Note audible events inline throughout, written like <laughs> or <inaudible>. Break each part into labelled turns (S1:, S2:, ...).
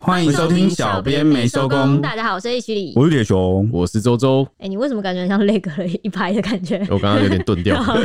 S1: 欢迎收听小编没收工。
S2: 大家好，我是徐礼。
S1: 我是铁熊，
S3: 我是周周，
S2: 哎、你为什么感觉像累隔了一拍的感 <laughs> 觉？
S3: 我刚刚有点顿掉。
S2: <laughs> 好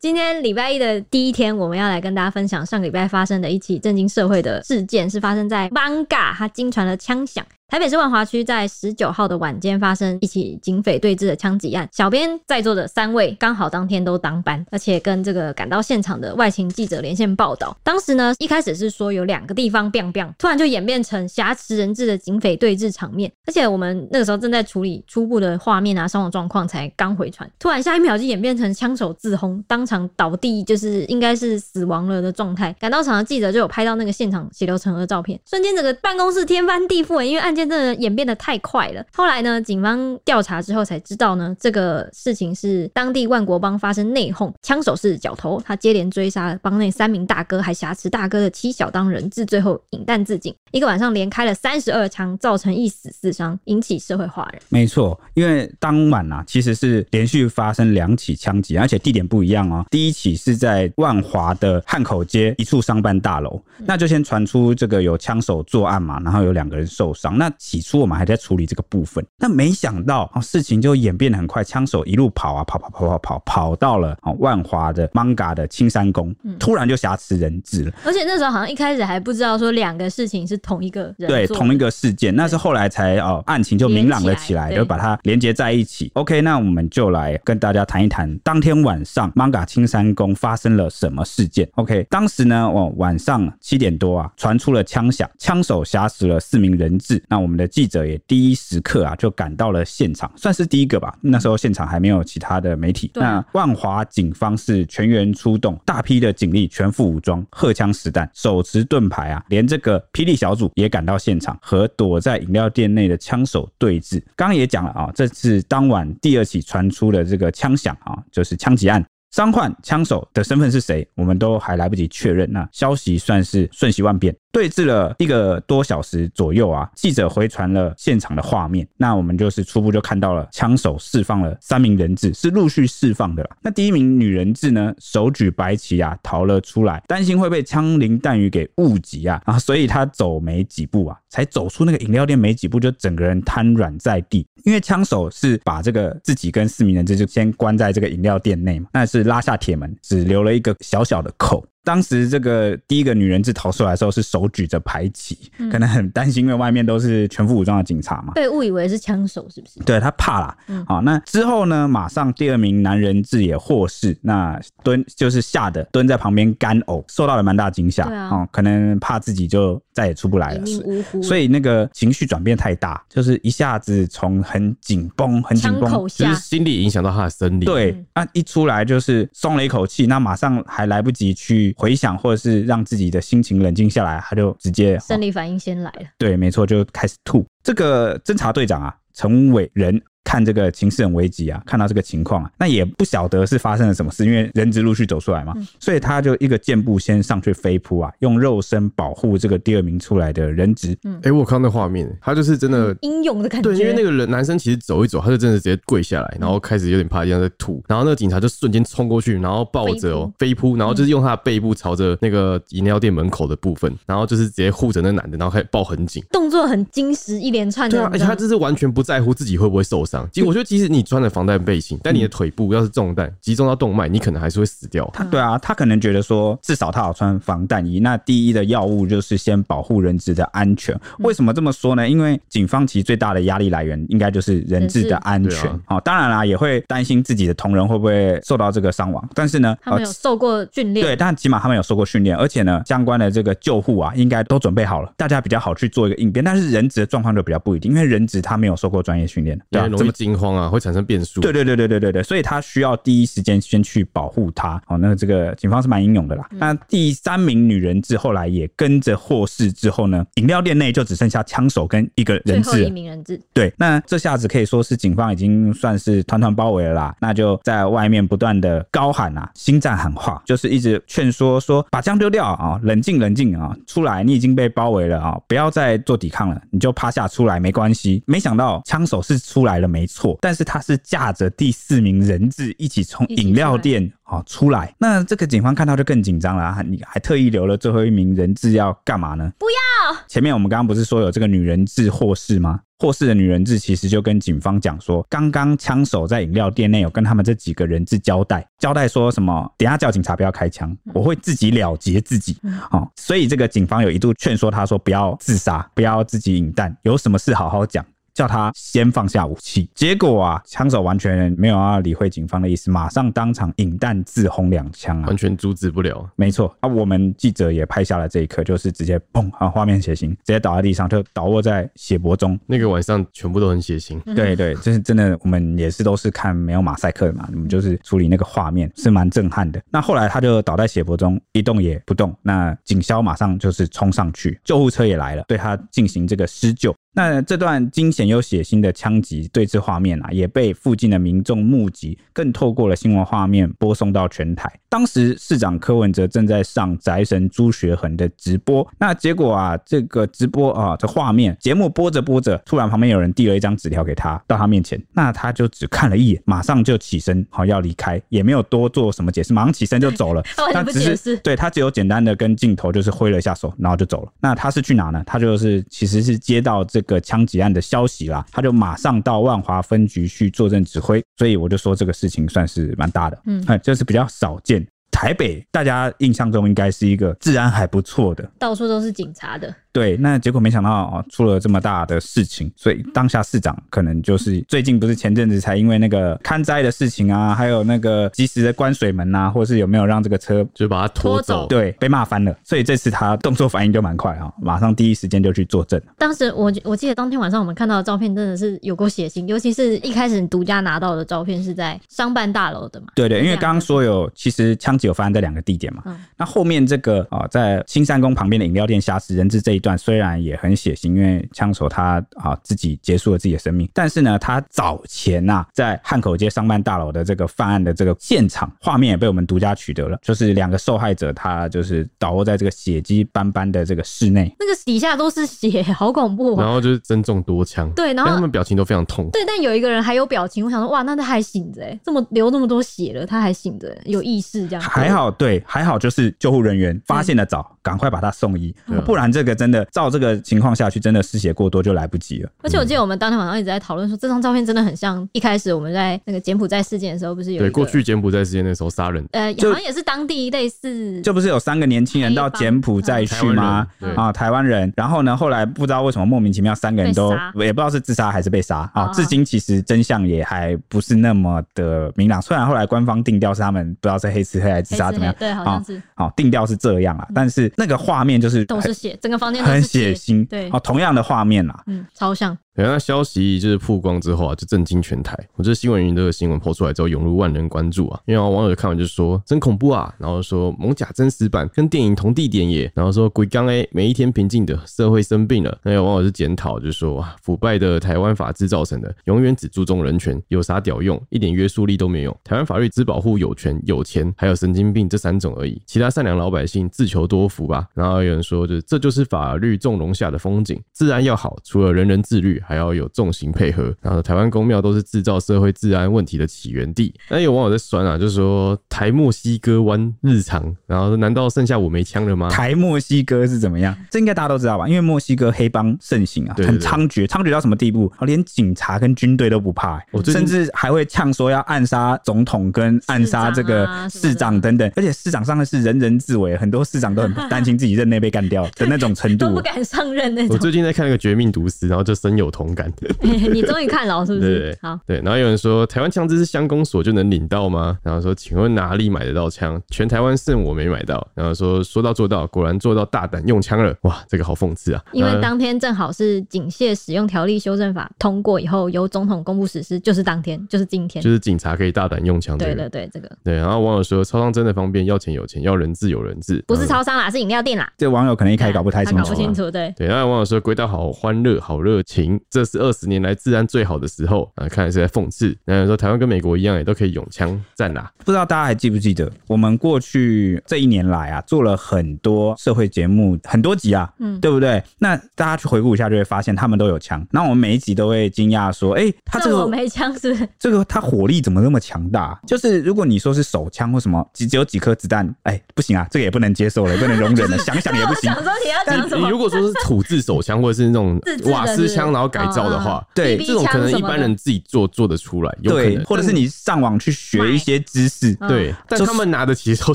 S2: 今天礼拜一的第一天，我们要来跟大家分享上个礼拜发生的一起震惊社会的事件，是发生在 Manga，它经传了枪响。台北市万华区在十九号的晚间发生一起警匪对峙的枪击案，小编在座的三位刚好当天都当班，而且跟这个赶到现场的外勤记者连线报道。当时呢，一开始是说有两个地方 biang biang，突然就演变成挟持人质的警匪对峙场面，而且我们那个时候正在处理初步的画面啊、伤亡状况，才刚回传，突然下一秒就演变成枪手自轰，当场倒地，就是应该是死亡了的状态。赶到场的记者就有拍到那个现场血流成河的照片，瞬间整个办公室天翻地覆、欸，因为案件真的演变得太快了。后来呢，警方调查之后才知道呢，这个事情是当地万国帮发生内讧，枪手是角头，他接连追杀了帮内三名大哥，还挟持大哥的妻小当人质，最后引弹自尽。一个晚上连开了三十二枪，造成一死四伤，引起社会哗然。
S1: 没错，因为当晚啊，其实是连续发生两起枪击，而且地点不一样哦。第一起是在万华的汉口街一处商办大楼，那就先传出这个有枪手作案嘛，然后有两个人受伤。那起初我们还在处理这个部分，那没想到、哦、事情就演变得很快，枪手一路跑啊跑跑跑跑跑跑到了哦万华的 Manga 的青山宫，突然就挟持人质了。
S2: 而且那时候好像一开始还不知道说两个事情是同一个人
S1: 对
S2: 做的
S1: 同一个事件，那是后来才哦，案情就明朗了起
S2: 连
S1: 来，
S2: 起来
S1: 就把它连接在一起。OK，那我们就来跟大家谈一谈当天晚上 Manga 青山宫发生了什么事件。OK，当时呢，哦，晚上七点多啊，传出了枪响，枪手挟持了四名人质。那我们的记者也第一时刻啊就赶到了现场，算是第一个吧。那时候现场还没有其他的媒体。
S2: 对啊
S1: 那万华警方是全员出动，大批的警力全副武装，荷枪实弹，手持盾牌啊，连这个霹雳小组也赶到现场，和躲在饮料店内的枪手对峙。刚刚也讲了啊，这次当晚第二起传出的这个枪响啊，就是枪击案。伤患、枪手的身份是谁，我们都还来不及确认。那消息算是啊瞬息万变，对峙了一个多小时左右啊。记者回传了现场的画面，那我们就是初步就看到了枪手释放了三名人质，是陆续释放的啦。那第一名女人质呢，手举白旗啊逃了出来，担心会被枪林弹雨给误击啊，啊，所以她走没几步啊，才走出那个饮料店没几步，就整个人瘫软在地。因为枪手是把这个自己跟四名人质就先关在这个饮料店内嘛，那是拉下铁门，只留了一个小小的口。当时这个第一个女人质逃出来的时候，是手举着牌旗，
S2: 嗯
S1: 可能很担心，因为外面都是全副武装的警察嘛。
S2: 被误以为是枪手，是不是？
S1: 对他怕啦，好、
S2: 嗯
S1: 那之后呢？马上第二名男人质也获释，那蹲就是吓得蹲在旁边干呕，受到了蛮大惊吓，
S2: 对啊
S1: 哦，可能怕自己就再也出不来
S2: 一
S1: 了，
S2: 命
S1: 是
S2: 呜呼。
S1: 所以那个情绪转变太大，就是一下子从很紧绷、很紧
S2: 枪口嗯
S1: 绷，
S3: 就
S2: 下
S3: 是心理影响到他的生理。，
S1: 对，那、一出来就是松了一口气，那马上还来不及去回想或者是让自己的心情冷静下来，他就直接哦
S2: 生理反应先来了。
S1: 对，没错，就开始吐。这个侦查队长啊，陈伟仁看这个情势很危急啊，看到这个情况啊，那也不晓得是发生了什么事，因为人质陆续走出来
S2: 嗯
S1: 嘛，所以他就一个箭步先上去飞扑啊，用肉身保护这个第二名出来的人质。
S3: 哎、我有看到那画面，他就是真的。
S2: 英勇的嗯感觉，
S3: 对，因为那个人男生其实走一走，他就真的直接跪下来，然后开始有点趴地上在吐，然后那个警察就瞬间冲过去，然后抱着哦飞扑，然后就是用他的背部朝着那个饮料店门口的部分，然后就是直接护着那男的，然后开始抱很紧。
S2: 动作很精实，一连串的。
S3: 对啊，而
S2: 你
S3: 且
S2: 知道
S3: 他就是完全不在乎自己会不会受伤。其实我觉得，即使你穿了防弹背心，但你的腿部要是中弹，击中到动脉，你可能还是会死掉。
S1: 他对啊，他可能觉得说，至少他有穿防弹衣。那第一的药物就是先保护人质的安全。
S2: 嗯
S1: 为什么这么说呢？因为警方其实最大的压力来源应该就是人质
S2: 嗯
S1: 的安
S3: 人质
S1: 全
S3: 对啊。
S1: 好、当然啦，也会担心自己的同仁会不会受到这个伤亡。但是呢，呃
S2: 他们有受过训练，
S1: 对，但起码他们有受过训练，而且呢，相关的这个救护啊，应该都准备好了，大家比较好去做一个应变。但是人质的状况就比较不一定，因为人质他没有受过专业训练，对
S3: 因
S1: 啊
S3: 为，容
S1: 怎
S3: 易
S1: 么？
S3: 惊慌啊，会产生变数。
S1: 对对对对对对对，所以他需要第一时间先去保护他。哦，那这个警方是蛮英勇的
S2: 嗯
S1: 啦。那第三名女人质后来也跟着获释之后呢，饮料店内就只剩下枪手跟一个
S2: 最
S1: 人
S2: 后
S1: 质了
S2: 一。名人质， <laughs>
S1: 对，那这下子可以说是警方已经算是团团包围了啦，那就在外面不断的高喊啊，心战喊话，就是一直劝说说把枪丢掉啊、冷静冷静啊、出来，你已经被包围了啊、不要再做抵抗了，你就趴下出来没关系。没想到枪手是出来了没没错，但是他是架着第四名人质一起从
S2: 一起
S1: 饮料
S2: 出来
S1: 店哦出来。那这个警方看到就更紧张了啊，你还特意留了最后一名人质要干嘛呢？
S2: 不
S1: 要！前面我们刚刚不是说有这个女人质获释吗？获释的女人质其实就跟警方讲说，刚刚枪手在饮料店内有跟他们这几个人质交代，交代说什么？等一下叫警察不要开枪，我会自己了结自己。哦，所以这个警方有一度劝说他说不要自杀，不要自己引弹，有什么事好好讲。叫他先放下武器，结果啊，枪手完全没有要理会警方的意思，马上当场引弹自轰两枪啊
S3: 完！全阻止不了。
S1: 没错啊，我们记者也拍下了这一刻，就是直接砰啊，画面血腥，直接倒在地上，就倒卧在血泊中。
S3: 那个晚上全部都很血腥，
S2: 嗯
S1: 对对， <laughs> 这是真的，我们也是都是看没有马赛克的嘛，我们就是处理那个画面是蛮震撼的。那后来他就倒在血泊中，一动也不动。那警消马上就是冲上去，救护车也来了，对他进行这个施救。那这段惊险又血腥的枪击对峙画面啊，也被附近的民众目击，更透过了新闻画面播送到全台。当时市长柯文哲正在上宅神朱学恒的直播，那结果啊，这个直播啊，这画面节目播着播着，突然旁边有人递了一张纸条给他，到他面前，那他就只看了一眼，马上就起身，好要离开，也没有多做什么解释，马上起身就走了。
S2: 他完
S1: 他
S2: 啊全不
S1: 只
S2: 解
S1: 是
S2: 释。
S1: 对他只有简单的跟镜头就是挥了一下手，然后就走了。那他是去哪呢？他就是其实是接到这个枪击案的消息啦，他就马上到万华分局去坐镇指挥。所以我就说这个事情算是蛮大的，
S2: 嗯
S1: 哎，就是比较少见。台北大家印象中应该是一个治安还不错的，
S2: 到处都是警察的，
S1: 对，那结果没想到哦，出了这么大的事情，所以当下市长可能就是最近不是前阵子才因为那个看灾的事情啊，还有那个及时的关水门啊，或是有没有让这个车
S3: 就把他拖走
S2: 拖走。
S1: 对，被骂翻了，所以这次他动作反应就蛮快啊、马上第一时间就去作证。
S2: 当时我我记得当天晚上我们看到的照片真的是有过血腥，尤其是一开始你独家拿到的照片是在商办大楼的嘛，
S1: 对对，因为
S2: 两个
S1: 刚刚说有，其实枪击有发生在两个地点嘛。
S2: 嗯
S1: 那后面这个啊、在青山宫旁边的饮料店挟持人质这一段，虽然也很血腥，因为枪手他啊、自己结束了自己的生命，但是呢，他早前呐、在汉口街商办大楼的这个犯案的这个现场画面也被我们独家取得了，就是两个受害者他就是倒卧在这个血迹斑斑的这个室内。
S2: 那个底下都是血，好恐怖、
S3: 然
S2: 哦。
S3: 后就是身中多枪，
S2: 对，然
S3: 但他
S2: 后
S3: 们表情都非常痛苦。
S2: 对，但有一个人还有表情，我想说哇，那他还醒着哎，这么流那么多血了，他还醒着，有意识这样。嗯
S1: 还好，对，还好，就是救护人员发现的早，赶快把他送医，
S3: 嗯
S1: 不然这个真的照这个情况下去，真的失血过多就来不及了。
S2: 而且我记得我们当天晚上一直在讨论说，这张照片真的很像一开始我们在那个柬埔寨事件的时候，不是有一
S3: 对，
S2: 个
S3: 过去柬埔寨事件那时候杀人，
S2: 呃，
S1: 就
S2: 好像也是当地类似
S1: 就不是有三个年轻人
S2: 黑
S1: 到
S2: 帮
S1: 柬埔寨去吗？
S3: 嗯台湾人对
S1: 啊，台湾人。然后呢，后来不知道为什么莫名其妙三个人都
S2: 被杀
S1: 也不知道是自杀还是被杀啊
S2: 啊。
S1: 至今其实真相也还不是那么的明朗。虽然后来官方定调是他们不知道是黑吃黑还是自杀
S2: 黑
S1: 怎
S2: 色
S1: 么样啊
S2: 的，对，好像是、
S1: 好、定调是这样啊。但是那个画面就是
S2: 都是
S1: 很
S2: 血，整个房间都
S1: 很
S2: 是
S1: 血腥，
S2: 对
S1: 哦，同样的画面啦。
S2: 嗯，超像。
S3: 然后那消息就是曝光之后啊，就震惊全台。我觉得新闻云这个新闻抛出来之后，涌入万人关注啊，因为网友就看完就说真恐怖啊，然后说蒙甲真实版跟电影同地点耶，然后说鬼刚 A 每一天平静的社会生病了。那有网友就检讨，就说哇，腐败的台湾法制造成的，永远只注重人权，有啥屌用？一点约束力都没有。台湾法律只保护有权、有钱还有神经病这三种而已，其他善良老百姓自求多福吧。然后有人说，就是这就是法律纵容下的风景，治安要好，除了人人自律，还要有重刑配合。然后台湾公庙都是制造社会治安问题的起源地。那有网友在酸啊，就说台墨西哥湾日常，然后说难道剩下我没枪了吗？
S1: 台墨西哥是怎么样？这应该大家都知道吧？因为墨西哥黑帮盛行啊，
S3: 对
S1: 很
S3: 对对
S1: 猖獗，猖獗到什么地步？啊连警察跟军队都不怕、欸
S3: 我最
S1: 甚
S3: 近
S1: 至还会呛说要暗杀总统跟暗杀这个
S2: 市长
S1: 市长
S2: 啊什么的
S1: 等等。而且市长上的是人人自危，很多市长都很担心自己任内被干掉的那种程
S2: <laughs> 都
S1: 度
S2: 不。敢上任那
S3: 我
S2: 种。
S3: 最近在看那个《绝命毒师》，然后就深有同感。
S2: <laughs> 你终于看了是不
S3: 对
S2: 是
S3: 对？
S2: 好，
S3: 对，然后有人说台湾枪支是乡公所就能领到吗？然后说请问哪里买得到枪？全台湾剩我没买到。然后说说到做到，果然做到大胆用枪了。哇，这个好讽刺啊！
S2: 因为
S3: 呃
S2: 当天正好是《警械使用条例修正法》通过以后，由总统公布实施，就是当天，就是今天
S3: 就。是警察可以大胆用枪这
S2: 对
S3: 个。
S2: 对对，这
S1: 嗯
S2: 个
S3: 对，然后网友说超商真的方便，要钱有钱，要人质有人质，
S2: 不是
S3: 然后。
S2: 超商啦，是饮料店啦。
S1: 这网友可能一开始搞不太清
S2: 他搞
S1: 楚
S2: 不
S1: 啊
S2: 清。楚，对。
S3: 对，然后网友说轨道好欢乐，好热情，这是二十年来治安最好的时候啊，看来是在讽刺。然后说台湾跟美国一样，也都可以用枪战啦。
S1: 不知道大家还记不记得，我们过去这一年来啊，做了很多社会节目，很多集啊，
S2: 嗯
S1: 对不对？那大家去回顾一下，就会发现他们都有枪。那我们每一集都会惊讶说，哎、他这
S2: 那我
S1: 个
S2: 没枪是不是？
S1: 这个他火力怎么那么强大、啊就是如果你说是手枪或什么，只只有几颗子弹，哎、不行啊，这个也不能接受了，也不能容忍
S2: <laughs>
S1: 了，想想也不
S2: 我
S1: 行
S2: 想。说你要讲什
S3: 你
S2: 么？
S3: 如果说
S2: <laughs>
S3: 是土制手枪或者是那种
S2: 自制的
S3: 瓦斯枪，然后改造的
S2: 是不嗯
S3: 话
S2: 是，
S1: 对
S2: BB
S3: 这种可
S2: 枪
S3: 能一
S2: 什么的
S3: 般人自己做做得出来，有可
S1: 对，
S3: 能。
S1: 或者是你上网去学一些知识，
S2: 买
S3: 对，但
S1: 就是
S3: 他们拿的其实都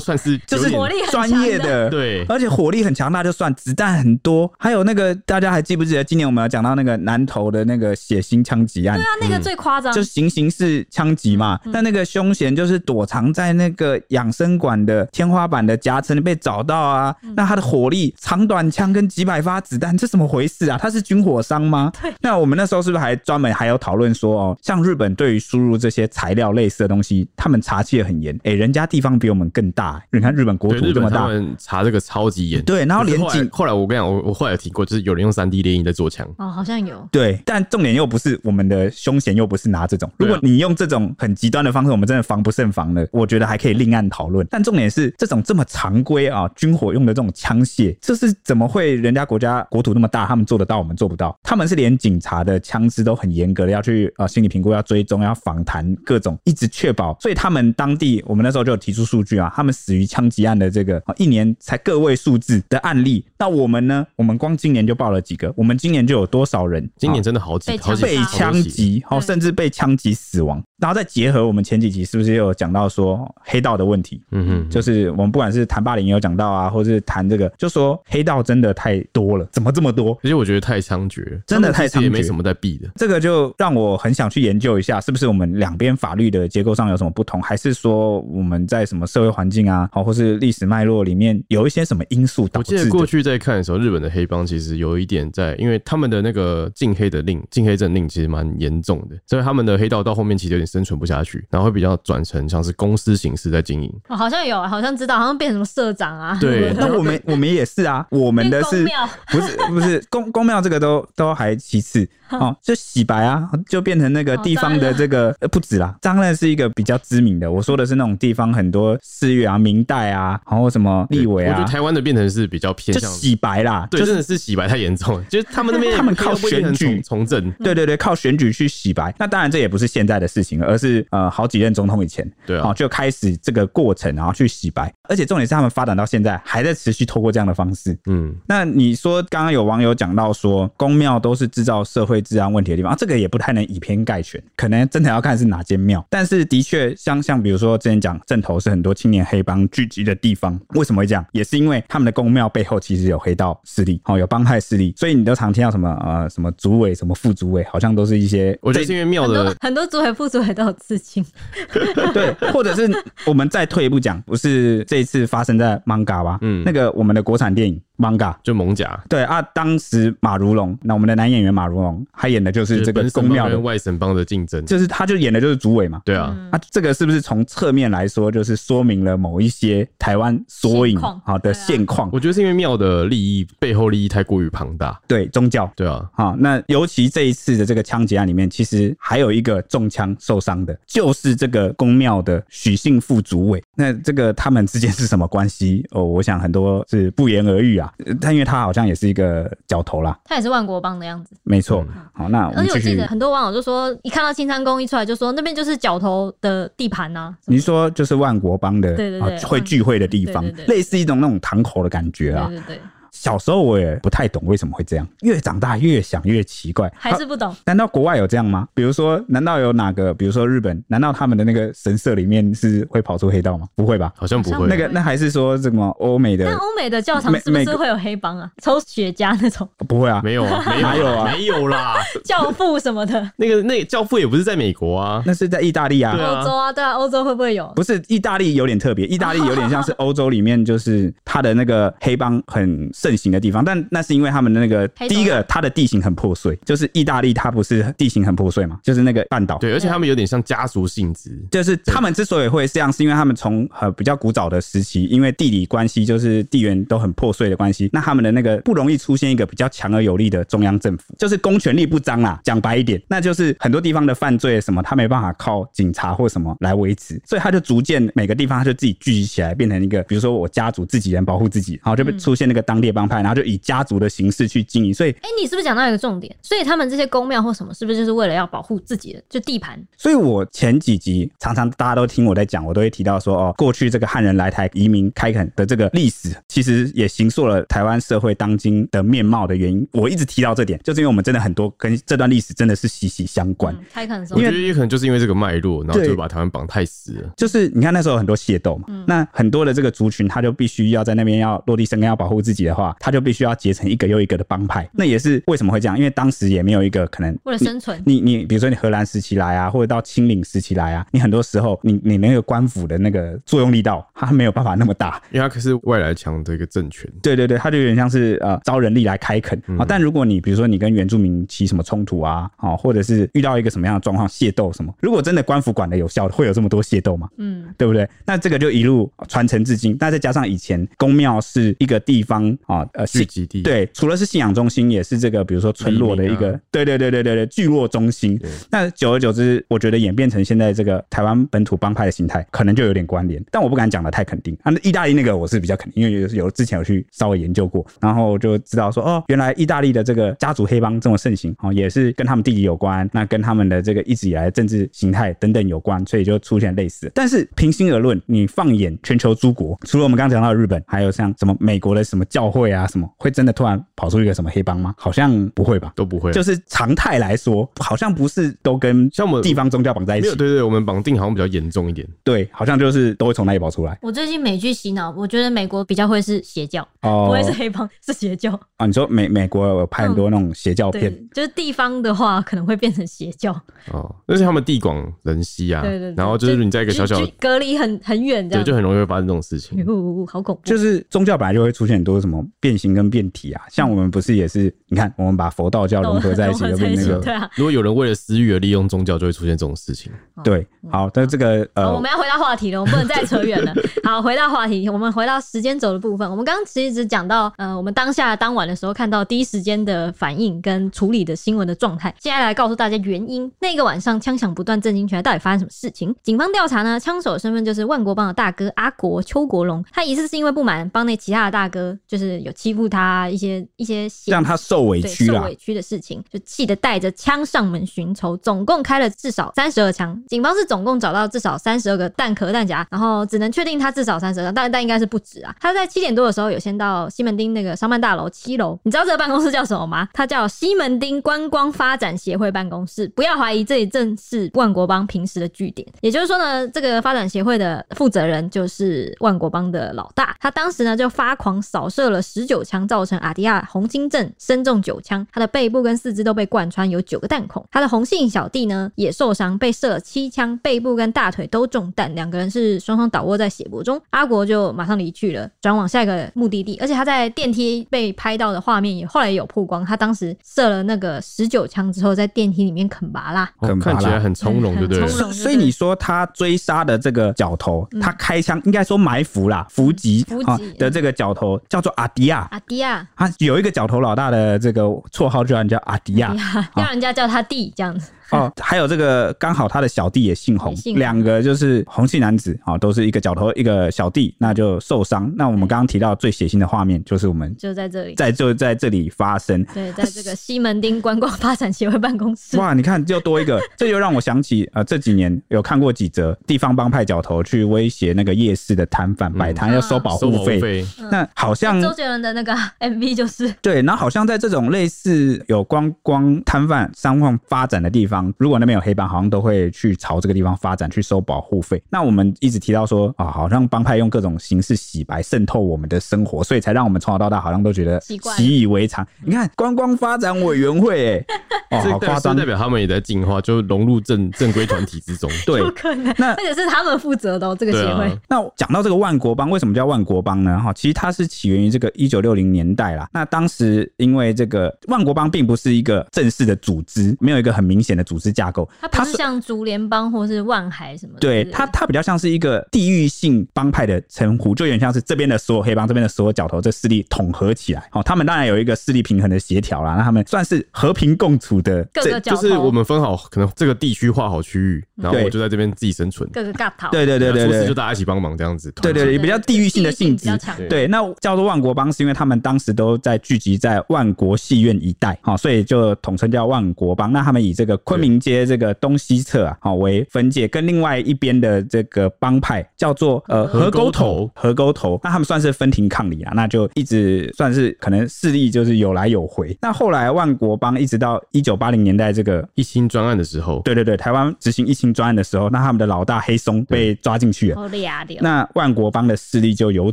S3: 算是
S1: 就
S3: 有
S1: 是
S2: 嗯
S3: 点
S2: 火力很
S1: 专
S2: 强
S1: 业的，
S3: 对
S1: 而且火力很强大，就算子弹很多，还有那个大家还记不记得今年我们要讲到那个南投的那个血腥枪击案？
S2: 那那个最夸张
S1: 嗯就，行刑式枪击嘛，但那个凶嫌就是躲藏在那个养生馆的天花板的夹层被找到啊。那他的火力长短枪跟几百发子弹，这怎么回事啊？他是军火商吗？那我们那时候是不是还专门还有讨论说哦，像日本对于输入这些材料类似的东西，他们查气得很严。诶，人家地方比我们更大、你看日本国
S3: 对
S1: 土
S3: 日
S1: 这么
S3: 本他
S1: 大，
S3: 们查这个超级严。
S1: 对，然后
S3: 可是
S1: 连
S3: 后来
S1: 警
S3: 后来我跟你讲，我我后来有听过，就是有人用三 D 猎鹰在做枪。
S2: 哦，好像有。
S1: 对，但重点又不是我们的凶险，又不是拿这种。如
S3: 对啊
S1: 果你用这种很极端的方式，我们真的防不胜防了。我觉得还可以另案讨论。但重点是，这种这么常规啊，军火用的这种枪械，这是怎么会人家国家国土那么大，他们做得到，我们做不到？他们是连警察的枪支都很严格的要去呃心理评估，要追踪，要访谈各种，一直确保。所以他们当地，我们那时候就有提出数据啊，他们死于枪击案的这个、啊一年才个位数字的案例。那我们呢？我们光今年就报了几个？我们今年就有多少人？
S3: 今
S1: 啊
S3: 年真的好几
S2: 被
S3: 好几
S2: 枪
S1: 被
S2: 杀
S3: 好
S1: 枪
S3: 多起
S1: 击，好、
S2: 对
S1: 甚至被枪击死亡。然后再结合我们前几集是不是也有讲到说黑道的问题？
S3: 嗯哼，
S1: 就是我们不管是谈霸凌也有讲到啊，或是谈这个，就说黑道真的太多了，怎么这么多？
S3: 而且我觉得太猖獗了，
S1: 真的太
S3: 他们其实也
S1: 猖獗
S3: 没什么在避的。
S1: 这个就让我很想去研究一下，是不是我们两边法律的结构上有什么不同，还是说我们在什么社会环境啊，好，或是历史脉络里面有一些什么因素导
S3: 我记
S1: 致
S3: 得
S1: 的？
S3: 过去在看的时候，日本的黑帮其实有一点在，因为他们的那个禁黑的令、禁黑政令其实蛮严重的，所以他们的黑道到后面其实有点生存不下去，然后会比较转成像是公司形式在经营。
S2: <laughs> 哦，好像有，好像知道，好像变成什么社长啊，
S3: 对，
S1: 那我们我们也是啊，我们的
S2: 变公
S1: 是
S2: 庙
S1: 不是不
S2: <laughs>
S1: 是公公庙这个都都还其次哦，就洗白啊，就变成那个
S2: 哦
S1: 地方的
S2: 当然
S1: 这个、呃、不止啦，当然是一个比较知名的。我说的是那种地方很多寺院啊、明代啊，然后什么立委
S3: 我觉
S1: 啊
S3: 得，台湾的变成是比较偏
S1: 就
S3: 向，
S1: 洗白啦，
S3: 对，
S1: 就
S3: 真的是洗白太严重了，就是 <laughs> 他们那边
S1: 他们靠
S3: 不一定很
S1: 选举
S3: 从从政，
S2: 嗯
S1: 对对对，靠选举去洗白。那当然这也不是现在的事情，而是呃好几任总统以前，
S3: 对啊
S1: 哦，就开始这个过程，然后去洗白。而且重点是他们发展到现在还在持续透过这样的方式，
S3: 嗯，
S1: 那你说，刚刚有网友讲到说，公庙都是制造社会治安问题的地方、啊，这个也不太能以偏概全，可能真的要看是哪间庙。但是的确，像像比如说之前讲镇头是很多青年黑帮聚集的地方，为什么会这样？也是因为他们的公庙背后其实有黑道势力，哦，有帮派势力，所以你都常听到什么呃什么主委、什么副主委，好像都是一些
S3: 我觉得是因为庙
S2: 很
S1: 呃
S2: 多
S3: 的
S2: 很多组委副组委都有刺青，
S3: <laughs>
S1: 对，或者是我们再退一步讲，不是这一次发生在 manga 吧？嗯，那个我们的国产电影 manga。
S3: 就蒙甲。
S1: 对啊，当时马如龙，那我们的男演员马如龙，他演的就是这个
S3: 本省
S1: 公
S3: 帮
S1: 庙的
S3: 跟，外省帮的竞争，
S1: 就是他就演的就是主委嘛。
S3: 对
S2: 嗯
S3: 啊，
S1: 啊，这个是不是从侧面来说，就是说明了某一些台湾缩影
S2: 现况
S1: 好的
S2: 对啊
S1: 现况？
S3: 我觉得是因为庙的利益背后利益太过于庞大，
S1: 对宗教。
S3: 对啊，
S1: 啊、那尤其这一次的这个枪击案里面，其实还有一个中枪受伤的，就是这个公庙的许姓副主委。那这个他们之间是什么关系？哦，我想很多是不言而喻啊。呃但因为他好像也是一个角头啦，
S2: 他也是万国帮的样子。
S1: 没错。
S3: 嗯
S1: 好、那我
S2: 而
S1: 们
S2: 且我
S1: 继
S2: 记
S1: 续
S2: 得。很多网友就说，一看到青山宫一出来就说那边就是角头的地盘呐、啊。
S1: 你说就是万国帮的
S2: 对对对嗯
S1: 啊会聚会的地方
S2: 对对，对
S1: 类似一种那种堂口的感觉啊。
S2: 对对对，
S1: 小时候我也不太懂为什么会这样，越长大越想越奇怪。
S2: 还是不懂。
S1: 啊难道国外有这样吗？比如说，难道有哪个，比如说日本，难道他们的那个神社里面是会跑出黑道吗？不会吧？
S3: 好像不
S2: 好像
S3: 会。
S1: 那个那还是说什么欧美
S2: 但
S1: 的
S2: 欧美的教堂
S1: 每
S2: 是不
S1: 每
S2: 是
S1: 个
S2: 会有黑帮啊？抽雪茄那种，
S1: 不会啊？
S3: 没有啊， <laughs> 没
S1: 哪有
S3: 有
S1: 啊
S3: 没有啦。
S2: 教父什么
S1: <laughs>
S2: 的，
S3: 那个那个教父也不是在美国啊，
S1: 那是在意大利啊
S3: 对。啊
S2: 欧洲啊，对啊，欧洲会不会有？
S1: 不是，意大利有点特别，意大利有点像是欧洲里面，就是它的那个黑帮很盛盛行的地方，但那是因为他们的那个
S2: 黑手
S1: 第一个，它的地形很破碎，就是意大利它不是地形很破碎嘛，就是那个半岛。
S3: 对，而且他们有点像家族性质，
S1: 就是他们之所以会这样，是因为他们从呃比较古早的时期，因为地理关系就是地缘都很破碎的关系，那他们的那个不容易出现一个比较强而有力的中央政府，就是公权力不彰啦。讲白一点，那就是很多地方的犯罪什么，他没办法靠警察或什么来维持，所以他就逐渐每个地方他就自己聚集起来，变成一个，比如说我家族自己人保护自己，然后就被
S2: 嗯
S1: 出现那个当地帮派，然后就以家族的形式去经营，所以
S2: 哎、你是不是讲到一个重点？所以他们这些宫庙或什么，是不是就是为了要保护自己的就地盘？
S1: 所以我前几集常常大家都听我在讲，我都会提到说，哦，过去这个汉人来台移民开垦的这个历史，其实也形塑了台湾社会当今的面貌的原因。我一直提到这点，就是因为我们真的很多跟这段历史真的是息息相关。
S2: 嗯、开垦的时
S1: 因
S3: 我
S2: 候
S1: 为
S3: 觉得也可能就是因为这个脉络，然后
S1: 对
S3: 就把台湾绑太死了。
S1: 就是你看那时候有很多械斗嘛，那很多的这个族群，他就必须要在那边要落地生根，要保护自己的话，他就必须要结成一个又一个的帮派。那也是为什么会这样，因为当时也没有一个可能
S2: 为了生存，
S1: 你你比如说你荷兰时期来啊，或者到清领时期来啊，你很多时候你你那个官府的那个作用力道，它没有办法那么大。
S3: 因为他可是外来强的一个政权，
S1: 对对对，它就有点像是呃招人力来开垦
S3: 嗯
S1: 啊、但如果你比如说你跟原住民起什么冲突啊，哦，或者是遇到一个什么样的状况械斗什么，如果真的官府管的有效，会有这么多械斗吗？
S2: 嗯，
S1: 对不对？那这个就一路传承至今。那再加上以前宫庙是一个地方啊，呃，
S3: 聚
S1: 信
S3: 集地。，
S1: 对，除了是信仰中心，也是这个比如说村落的一
S3: 黎
S1: 个
S3: 明，
S1: 对对对对对对，聚落中心
S3: 对。
S1: 那久而久之，我觉得演变成现在这个台湾本土帮派的形态，可能就有点关联，但我不敢讲的太肯定。啊，那意大利那个我是比较肯定，因为有有之前有去稍微研究过，然后就知道说，哦，原来意大利的这个家族黑帮这么盛行，哦，也是跟他们地理有关，那跟他们的这个一直以来的政治形态等等有关，所以就出现类似的。但是平心而论，你放眼全球诸国，除了我们刚刚讲到的日本，还有像什么美国的什么教会啊，什么会真的突然跑出一个什么黑帮吗？好像不会吧。
S3: 都不会。啊
S1: 就是常态来说，好像不是都跟
S3: 像我们
S1: 地方宗教绑在一
S3: 没
S1: 起
S3: 有，，对对，我们绑定好像比较严重一点。
S1: 对，好像就是都会从那里跑出来。
S2: 我最近美剧洗脑，我觉得美国比较会是邪教，不
S1: 哦
S2: 会是黑帮，是邪教。
S3: 哦
S1: 啊，你说美美国有拍很多那种邪教
S2: 对
S3: 嗯
S1: 片，，
S2: 就是地方的话可能会变成邪教。
S3: 哦，但是他们地广人稀啊，
S2: 对对对。
S3: 然后就是你在一个小小
S2: 就就隔离很很远这
S3: 对，
S2: 样，
S3: 就很容易会发生这种事
S1: 嗯
S3: 情。
S2: 呜好恐怖。
S1: 就是宗教本来就会出现很多什么变形跟变体
S3: 嗯
S1: 啊。像我们不是也是，你看我们把佛道教融合在一
S2: <laughs>
S1: 起，
S2: 融
S1: 就
S2: 合在
S1: 变
S2: 一起
S1: 那
S3: <laughs>
S1: 个
S2: 对啊。
S3: 如果有人为了私欲而利用宗教，就会出现这种事情。
S1: 对。好，但这个
S2: 好
S1: 呃
S2: 我，们要回到话题了，我们不能再扯远了。好，回到话题，我们回到时间轴的部分。我们刚刚其实只讲到，呃，我们当下当晚的时候看到第一时间的反应跟处理的新闻的状态。接下来告诉大家原因。那个晚上枪响不断，震惊全台，到底发生什么事情？警方调查呢，枪手的身份就是万国帮的大哥阿国邱国龙，他疑似是因为不满帮内其他的大哥就是有欺负他一些一些行
S1: 让他受委
S2: 对，
S1: 屈
S2: 受
S1: 啦
S2: 委。屈的事情，就气得带着枪上门寻仇，总共开了至少三十二枪。警方是总共找到至少三十二个弹壳、弹夹，然后只能确定他至少三十二张，但但应该是不止啊。他在七点多的时候有先到西门町那个商办大楼七楼，你知道这个办公室叫什么吗？它叫西门町观光发展协会办公室。不要怀疑，这里正是万国帮平时的据点。也就是说呢，这个发展协会的负责人就是万国帮的老大，他当时呢就发狂扫射了十九枪，造成阿迪亚红心镇身中九枪，他的背部跟四肢都被贯穿，有九个弹孔。他的红杏小弟呢也受伤，被射了七枪，背部跟大腿都中弹，两个人是双双倒卧在血泊中。阿国就马上离去了，转往下一个目的地。而且他在电梯被拍到的画面也后来也有曝光，他当时射了那个十九枪之后，在电梯里面啃拔啦。
S3: 哦
S1: 很麻辣嗯
S3: 看起来很从容，对不对
S2: 很
S3: 了？
S2: 从容
S1: 所以所以你说他追杀的这个角头，他开枪应该说埋伏啦，伏击
S2: 嗯伏
S1: 啊
S2: 击
S1: 的这个角头叫做阿迪亚，
S2: 阿迪亚，
S1: 他啊有一个角头老大的这个绰号居然叫阿迪亚
S2: 哎呀，要人家叫他弟这样子。
S1: 哦，还有这个刚好他的小弟也姓洪
S2: 也姓，洪
S1: 两个就是洪姓男子啊、哦，都是一个角头一个小弟，那就受伤。那我们刚刚提到最血腥的画面，就是我们
S2: 就在这里。
S1: 在就在这里发生。
S2: 对，在这个西门町观光发展协会办公室，
S1: 哇，你看又多一 <laughs> 个，这又让我想起呃，这几年有看过几则地方帮派角头去威胁那个夜市的摊贩摆摊，要收保
S3: 收
S1: 护
S3: 保
S1: 费。
S3: 费，
S1: 那好像
S2: 周杰伦的那个 MV 就是
S1: 对，然后好像在这种类似有观光摊贩商贩发展的地方，如果那边有黑帮，好像都会去朝这个地方发展，去收保护费。那我们一直提到说啊，好像帮派用各种形式洗白、渗透我们的生活，所以才让我们从小到大好像都觉得
S2: 习惯
S1: 习以为常。你看，观光发展委员会、
S3: <laughs>
S1: 哎，哦，好
S3: 这代
S1: 夸张
S3: 这代，表他们也在进化，就融入正正规团体之中。
S1: <laughs>
S3: 啊
S1: 对
S2: 不。可能，
S1: 那
S2: 而且是他们负责的哦，这个
S3: 对
S2: 协会
S3: 啊。，
S1: 那讲到这个万国帮，为什么叫万国帮呢？哈，其实它是起源于这个一九六零年代啦。那当时因为这个万国帮并不是一个正式的组织，没有一个很明显的组织架构，
S2: 它不是
S1: 是
S2: 像竹联帮或是万海什么的，
S1: 对它，它比较像是一个地域性帮派的称呼，就有点像是这边的所有黑帮，这边的所有角头，这势力统合起来。哦，他们当然有一个势力平衡的协调啦，那他们算是和平共处的
S2: 各
S1: 这
S2: 个角
S3: 就
S2: 头，
S3: 是我们分好可能这个地区划好区域，然后
S1: 对
S3: 我就在这边自己生存。
S2: 各个尬头，
S1: 对嗯对对对
S3: 除此就
S1: 对。
S3: 大家一起帮忙这样子。
S1: 对对
S2: 对
S1: 对，
S2: 对
S1: 比较地域性的性
S2: 比
S1: 质
S2: 较，强，
S3: 对
S1: 对，那叫做万国帮，是因为他们当时都在聚集在万国戏院一带，好、所以就统称叫万国帮。那他们以这个昆明街这个东西侧啊，好、为分界，跟另外一边的这个帮派叫做呃河
S3: 河
S1: 沟头
S3: 沟头，
S1: 河沟头。那他们算是分庭抗礼啊，那就一直算是可能势力就是有来有回。那后来万国帮一直到一九八零年代这个
S3: 一心专案的时候，
S1: 对对对，台湾执行疫情专案的时候，那他们的老大黑松被抓进去了。
S2: 好俩的，
S1: 那万国帮的势力就由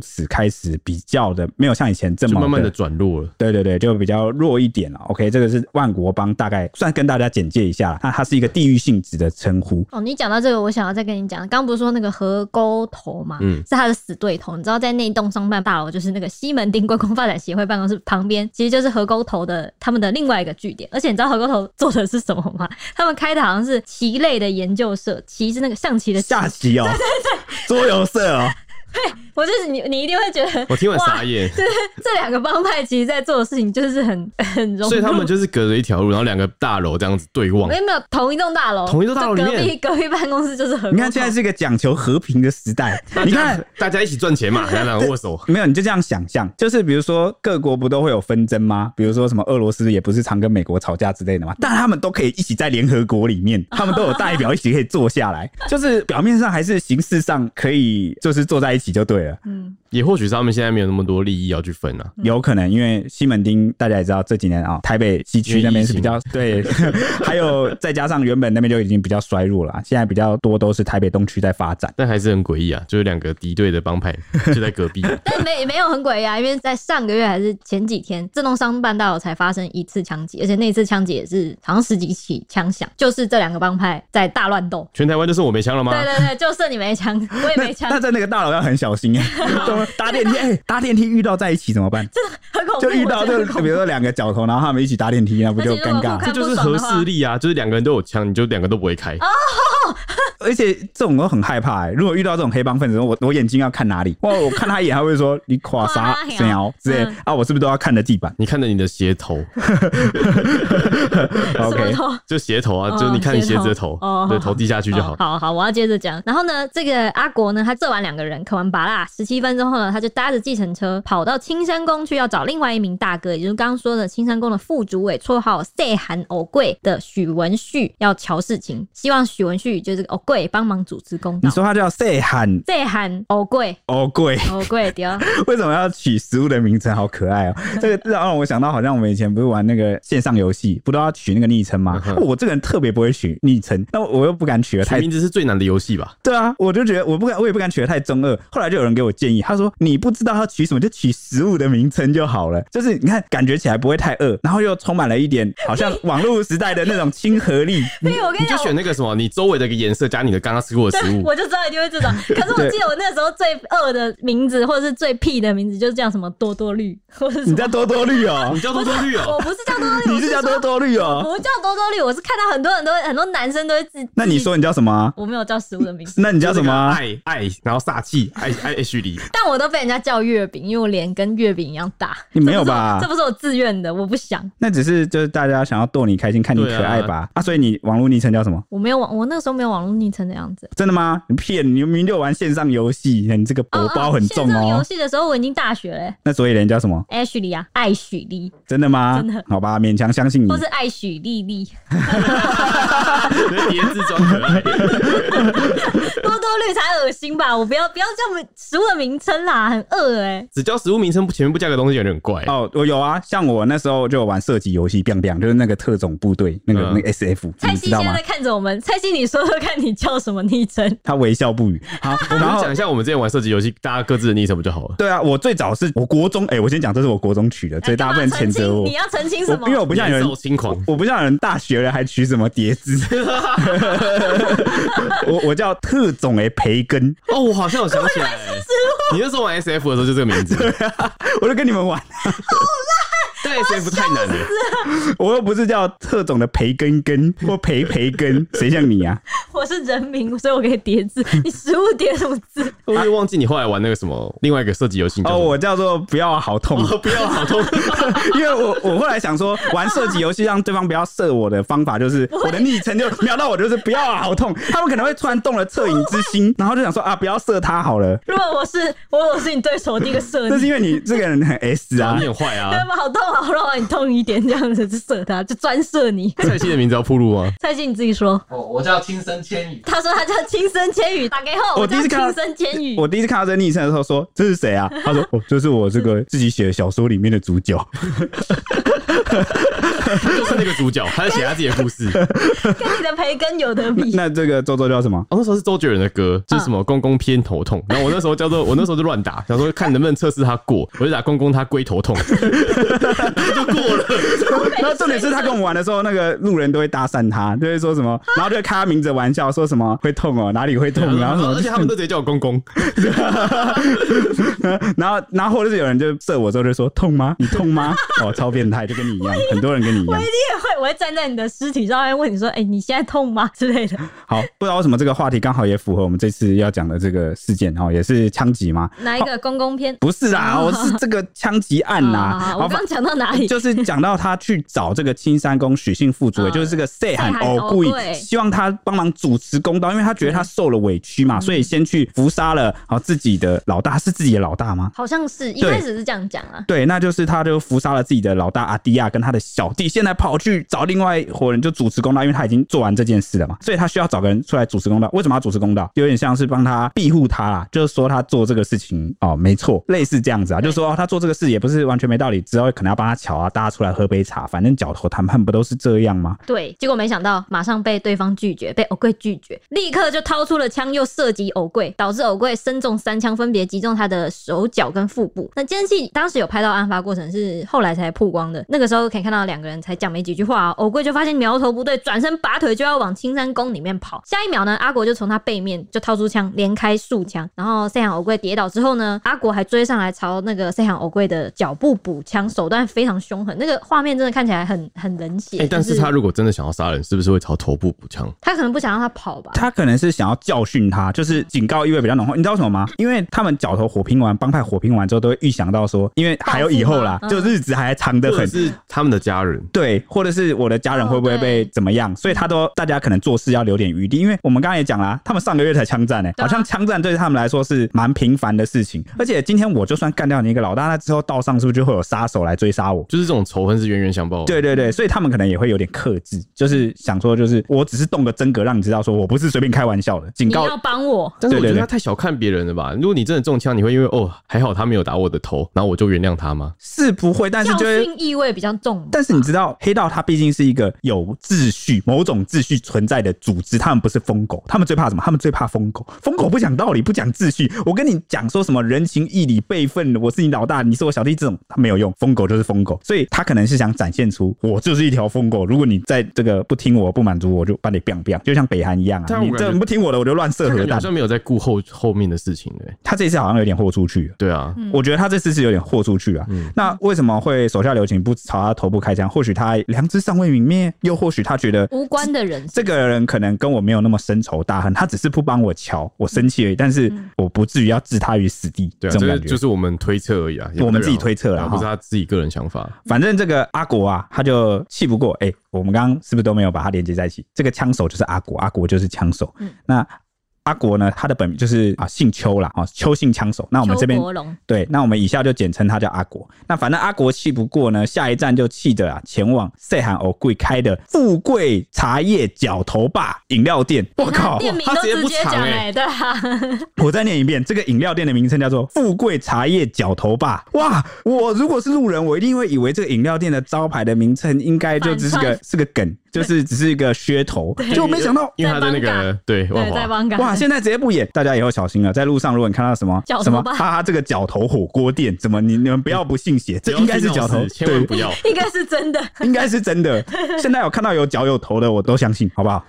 S1: 此开始比较的，没有像以前这
S3: 就
S1: 么
S3: 慢慢的转弱了。
S1: 对对对，就比较弱一点了。OK，这个是万国帮，大概算跟大家简介一下啦。那它是一个地域性质的称呼，
S2: 哦，你讲到这个，我想要再跟你讲，刚不是说那个河沟头嘛，
S3: 嗯
S2: 是他的死对头。你知道，在那栋商办大楼，就是那个西门町观光发展协会办公室旁边，其实就是河沟头的他们的另外一个据点。而且你知道河沟头做的是什么吗？他们开的好像是棋类的研究社，棋是那个象棋的棋。
S1: 下棋哦，桌游社哦，
S2: 我就是你，你一定会觉得
S3: 我听完
S2: 哇
S3: 傻眼，
S2: 这两个帮派其实在做的事情就是很很融入，
S3: 所以他们就是隔着一条路，然后两个大楼这样子对望
S2: 没。有没有同一栋大楼，
S3: 同一栋大楼
S2: 就
S3: 里
S2: 隔
S3: 面
S2: 壁隔壁办公室就是河沟头。
S1: 你看现在是一个讲求和平的时代，你看。
S3: 大家一起赚
S1: <laughs>
S3: 钱嘛，两两握手。
S1: 没有，你就这样想象，就是比如说各国不都会有纷争吗？比如说什么俄罗斯也不是常跟美国吵架之类的嘛，但他们都可以一起在联合国里面，他们都有代表一起可以坐下来， <laughs> 就是表面上还是形式上可以就是坐在一起就对了。
S2: 嗯，
S3: 也或许是他们现在没有那么多利益要去分啊。
S1: 有可能，因为西门町大家也知道，这几年啊、台北西区那边是比较对， <laughs> 还有再加上原本那边就已经比较衰弱了啊、现在比较多都是台北东区在发展。
S3: 但还是很诡异啊，就是两个敌对的帮派就
S1: <laughs>
S3: 在隔壁，
S2: 但没没有很诡异啊，因为在上个月还是前几天，这栋商办大楼才发生一次枪击，而且那次枪击也是好像十几起枪响，就是这两个帮派在大乱斗。
S3: 全台湾就剩我没枪了吗？
S2: 对对对，就剩你没枪，我也没枪
S1: 那，在那个大楼要很小心哎、怎么搭电梯？哎、搭电梯遇到在一起怎么办？
S2: 很恐怖，
S1: <laughs> 就遇到
S2: 我觉
S1: 就
S2: 得
S1: 比如说两个角头，然后他们一起搭电梯，那不就尴尬
S2: 而且如果？
S3: 这就是核势力啊，就是两个人都有枪，你就两个都不会开。
S1: 啊而且这种我很害怕、欸，如果遇到这种黑帮分子，我我眼睛要看哪里？哇，我看他一眼，他会说你垮啥
S2: 哇
S1: 怎样之类的
S2: 嗯
S1: 啊，我是不是都要看着地板
S3: 你看着你的鞋头，
S2: 什么
S1: ？OK，
S2: 都
S3: 就鞋头啊，
S2: 哦
S3: 就你看你
S2: 鞋
S3: 鞋
S2: 头
S3: 子的头
S2: 哦，
S3: 对，头低下去就好
S2: 哦。好好，我要接着讲。然后呢，这个阿国呢，他射完两个人，啃完拔蜡，十七分钟后呢，他就搭着计程车跑到青山宫去，要找另外一名大哥，也就是刚刚说的青山宫的副主委，绰号“塞韩偶贵”的许文旭，要瞧事情，希望许文旭就是偶贵帮忙主持公
S1: 你
S2: 道。
S1: 说他叫塞罕
S2: 塞韩偶贵，
S1: 哦贵。 <laughs>
S2: 偶贵对，
S1: 为什么要取食物的名称？好可
S2: <laughs>
S1: 爱哦、这个让我想到，好像我们以前不是玩那个线上游戏，不都要取那个昵称吗？哦
S3: 嗯哼
S1: 我这个人特别不会取昵称，那我又不敢取的
S3: 取
S1: 太
S3: 名字是最难的游戏吧？
S1: 对啊，我就觉得我不敢，我也不敢取得太中二。后来就有人给我建议，他说你不知道要取什么，就取食物的名称就好了。就是你看，感觉起来不会太饿，然后又充满了一点好
S2: <laughs>
S1: 像网络时代的那种亲和力。
S2: 所以我跟你
S3: 你就
S2: 讲。
S3: 选那个什么，你周围的一个颜色加你的刚刚吃过的食
S2: 对，
S3: <laughs> 物，
S2: <laughs> 我就知道一定会这种。可是我记得我那时候最恶的名字，或者是最屁的名字，就是叫什么多多绿，或者是什
S1: 你
S2: 么。
S1: 叫多多绿哦
S3: 你，叫多多绿
S2: 我
S3: 哦。
S2: 不是叫多多
S1: <laughs>
S2: 绿，
S1: 你是
S2: 我
S1: 叫
S2: 说
S1: 多多绿哦。
S2: 不叫多多绿，我是看到很多很多很多男生都会自。
S1: 那你
S2: 自己
S1: 说你叫什么啊？
S2: 我没有叫食物的名字，
S1: 那你叫什么
S3: 就
S1: 啊？
S3: 那个爱爱，然后煞气，爱爱 H 里，
S2: 但我都被人家叫月饼，因为我脸跟月饼一样大。
S1: 你没有
S2: 这不是我
S1: 吧
S2: 这不是我自愿的，我不想。
S1: 啊那只是就是大家想要逗你开心，看你可爱吧。啊所以你网络昵称叫什么？
S2: 我没有网，我那时候没有网络昵称的样子。
S1: 真的吗？你骗！你明明就玩线上游戏，你这个
S2: 哦
S1: 薄包很重
S2: 线上
S1: 哦。
S2: 游戏的时候我已经大学了、欸
S1: 那所以人叫什么？
S2: ，Ashley 啊，艾许莉，
S1: 真的吗？
S2: 真的
S1: 好吧，勉强相信你
S2: 或。是艾许莉莉，
S3: 别自装可爱。
S2: 多多绿才恶心吧？我不要不要这么食物的名称啦，很恶哎、
S3: 只叫食物名称，前面不加个东西有点怪。
S1: 哦，我有啊，像我那时候就有玩射击游戏，biang biang，就是那个特种部队，那个、
S3: 嗯
S1: 那个 SF，
S2: 蔡
S1: 你
S2: 西
S1: 知
S2: 现
S1: 道
S2: 在
S1: 吗
S2: 在？看着我们，蔡西你说说看你叫什么昵称？
S1: 他微笑不语。好，然
S3: 然后
S1: 后
S3: 讲一下我们之前玩射击游戏，大家各自的昵称不就好了？
S1: 对啊，我最早是我国中，哎、我先讲，这是我国中取的，所以大家不能谴责我
S2: 你。要澄清
S1: 我
S2: 什么？
S1: 因为我不像有人
S3: 年少轻狂
S1: 我我不像有人大学了还取什么叠
S3: <laughs>
S1: 字， <laughs> 我我叫特种哎、培根，
S3: 哦，我好像有想起来，你那时候玩 SF 的时候就这个名字，
S1: 我就跟你们玩，
S3: 但 SF 太难了。
S1: 我又不是叫特种的培根根或培培根，谁像你啊？
S2: 我是人名，所以我可以叠字。你食物叠什么字？
S3: 我就忘记你后来玩那个什么另外一个射击游戏叫
S1: 哦，啊
S3: 什么。
S1: 我叫做不要啊好痛，
S3: 哦不要好
S1: <laughs>
S3: 痛！
S1: 因为我我后来想说，玩射击游戏让对方不要射我的方法就是，我的昵称就瞄到我就是不要啊好痛，他们可能会突然动了恻隐之心，然后就想说啊不要射他好了，
S2: 如果我是我，我是你对手，我第一个射
S1: 这是
S2: 你。
S1: 因为你这个人很 S
S3: 然后
S1: 啊
S3: 你。很坏啊
S2: 对！吧？好痛啊，好让你痛一点，这样子就射他，就专射你。
S3: <laughs> 蔡西的名字要铺路 <laughs> 吗？
S2: 蔡西你自己说，
S4: 我我叫亲身千语，
S2: 他说他叫亲生千羽，打给后
S1: 我第
S2: 叫
S1: 一次看到
S2: 亲生千羽。
S1: 我第一次看到这个昵称的时候说这是谁啊？他说哦，就是我这个自己写的小说里面的主角。
S3: 他就是那个主角，他在写他自己的故事。
S2: 跟你的培根有得比。
S1: 那这个周周叫什么？
S3: <laughs> 哦，那时候是周杰伦的歌，就是什么“公公偏头痛”，然后我那时候叫做我那时候就乱打，想说看能不能测试他过，我就打“公公他龟头痛”， <laughs> 就过 <laughs> 了。
S1: 然后重点是他跟我们玩的时候，那个路人都会搭讪他，就会说什么，然后就会开他名字的玩笑，说什么会痛哦，哪里
S3: <laughs>
S1: 会痛，然后什么
S3: 而且他们都直接叫我公 <laughs> 公，
S1: 然后，然后或者是有人就射我之后就说痛吗？你痛吗？哦，超变态，就跟你一样，很多人跟你一样。
S2: 你也会，我会站在你的尸体上面问你说：“哎、你现在痛吗？”之类的。
S1: 好，不知道为什么这个话题刚好也符合我们这次要讲的这个事件哦，也是枪击吗？
S2: 哪一个公公篇？
S1: 不是啦，我是这个枪击案啦
S2: 啊好好。
S1: 好
S2: 我刚刚讲到哪里？
S1: 就是讲到他去找这个青山宫许姓副主委，
S2: 嗯
S1: 就是这个塞罕
S2: 塞罕
S1: 偶
S2: 偶
S1: 故意
S2: 贵嗯
S1: 希望他帮忙主持公道，因为他觉得他受了委屈嘛，所以先去伏杀了好自己的老大，是自己的老大吗？
S2: 好像是一
S1: 对
S2: 开始是这样讲啊。
S1: 对，那就是他就伏杀了自己的老大阿迪亚跟他的小弟，现在跑去找另外一伙人就主持公道，因为他已经做完这件事了嘛，所以他需要找个人出来主持公道。为什么要主持公道？有点像是帮他庇护他啦，就是说他做这个事情哦，没错，类似这样子啊，就是说、哦、他做这个事也不是完全没道理，之后可能要帮他瞧啊，大家出来喝杯茶，反正绞头谈判不都是这样吗？
S2: 对，结果没想到马上被对方拒绝，被偶贵拒绝，立刻就掏出了枪，又射击偶贵，导致偶贵身中三枪，分别击中他的手脚跟腹部。那监视器当时有拍到案发过程，是后来才曝光的。那个时候可以看到两个人才讲没几句话、哦，偶贵就发现苗头不对，转身拔腿就要往青山宫里面跑。下一秒呢，阿国就从他背面就掏出枪，连开数枪，然后塞罕偶贵跌倒之后呢，阿国还追上来朝那个塞罕偶贵的脚部补枪，手段非常凶狠，那个画面真的看起来很很冷血。
S3: 哎，但
S2: 就是
S3: 他如果真的想要杀人，是不是会朝头部补枪？
S2: 他可能不想让他跑吧。
S1: 他可能是想要教训他，就是警告意味比较浓厚。你知道为什么吗？因为他们角头火拼完，帮派火拼完之后，都会预想到说，因为还有以后啦
S2: 报，复
S1: 就
S2: 吗
S1: 日子还长得
S3: 或者
S1: 很。
S3: 是他们的家人？
S1: 对，或者是我的家人
S2: 哦
S1: 会不会被
S2: 对嗯
S1: 怎么样？所以他都大家可能做事要留点余地，因为我们刚才也讲啦，他们上个月才枪战呢、
S2: 对啊嗯
S1: 好像枪战对他们来说是蛮频繁的事情。而且今天我就算干掉你一个老大，那之后道上是不是就会有杀手来追杀
S2: 哦
S1: 我？
S3: 就是这种仇恨是冤冤相报。
S1: 对，对
S2: 嗯
S1: 对，所以他们可能也会有点克制，就是想说，就是我只是动个真格，让你知道说我不是随便开玩笑的，警
S2: 你
S1: 告
S2: 要帮我，
S3: 但是我
S1: 对对
S3: 觉得
S1: 对
S3: 他太小看别人了吧？如果你真的中枪，你会因为哦还好他没有打我的头，然后我就原谅他吗？
S1: 是不会，但是
S2: 教
S1: 就会。
S2: 训意味比较重。
S1: 但是你知道，黑道它毕竟是一个有秩序、某种秩序存在的组织，他们不是疯狗，他们最怕什么？他们最怕疯狗。疯狗不讲道理，不讲秩序。我跟你讲说什么人情义理、辈分，我是你老大，你是我小弟，这种他没有用。疯狗就是疯狗，所以他可能是想展现出我就是一条疯狗。如果你在这个不听我、不满足我，就把你 biang biang，就像北韩一样啊！
S3: 但我
S1: 你
S3: 感觉
S1: 这不听我的，我就乱射
S3: 他
S1: 核
S3: 感觉好
S1: 弹。
S3: 像没有在顾后后面的事情哎、
S1: 他这次好像有点豁出去了。
S3: 对啊，嗯
S1: 我觉得他这次是有点豁出去啊。那为什么会手下留情不朝他头部开枪？或许他良知尚未泯灭，又或许他觉得
S2: 无关的人
S1: 这个人可能跟我没有那么深仇大恨，他只是不帮我瞧，我生气而已，但是我不至于要置他于死地。
S3: 嗯对啊，
S1: 这种
S3: 这
S1: 感觉
S3: 就是我们推测而已啊，也不
S1: 我们
S3: 代表
S1: 自己推测啦
S3: 啊不是他自己个人想法。
S1: 反正这个阿国啊，他就气不过，哎、我们刚刚是不是都没有把它连接在一起？这个枪手就是阿国，阿国就是枪手。
S2: 嗯
S1: 那阿国呢，他的本名就是啊，姓邱啦，啊，邱姓枪手。那我们这边
S2: 邱国龙
S1: 对，那我们以下就简称他叫阿国。那反正阿国气不过呢，下一站就气着啊，前往塞罕欧贵开的富贵茶叶角头坝饮料店。我靠，
S2: 店名
S3: 他
S2: 都
S3: 直接
S2: 直
S3: 不
S2: 接
S3: 藏
S2: 讲
S3: 欸
S2: 哎、
S1: <laughs>
S2: 对啊，
S1: 我再念一遍，这个饮料店的名称叫做“富贵茶叶角头坝”。哇，我如果是路人，我一定会以为这个饮料店的招牌的名称应该就只是
S2: 反
S1: 个
S2: 串
S1: 是个梗，就是只是一个噱头，就没想到。
S3: 因为他的那
S2: 在
S3: 个对万
S2: 对，在
S3: 华，
S2: 邦嘎
S1: 哇！现在直接不演，大家以后小心了。啊在路上，如果你看到什么
S2: 角头
S1: 什么，
S2: 坝
S1: 哈哈，这个角头火锅店，怎么你你们不要不信邪，这应该是角头，
S3: 千万不要。
S2: 应该是真的。
S1: 应该是真的。现在有看到有脚有头的，我都相信，好不好？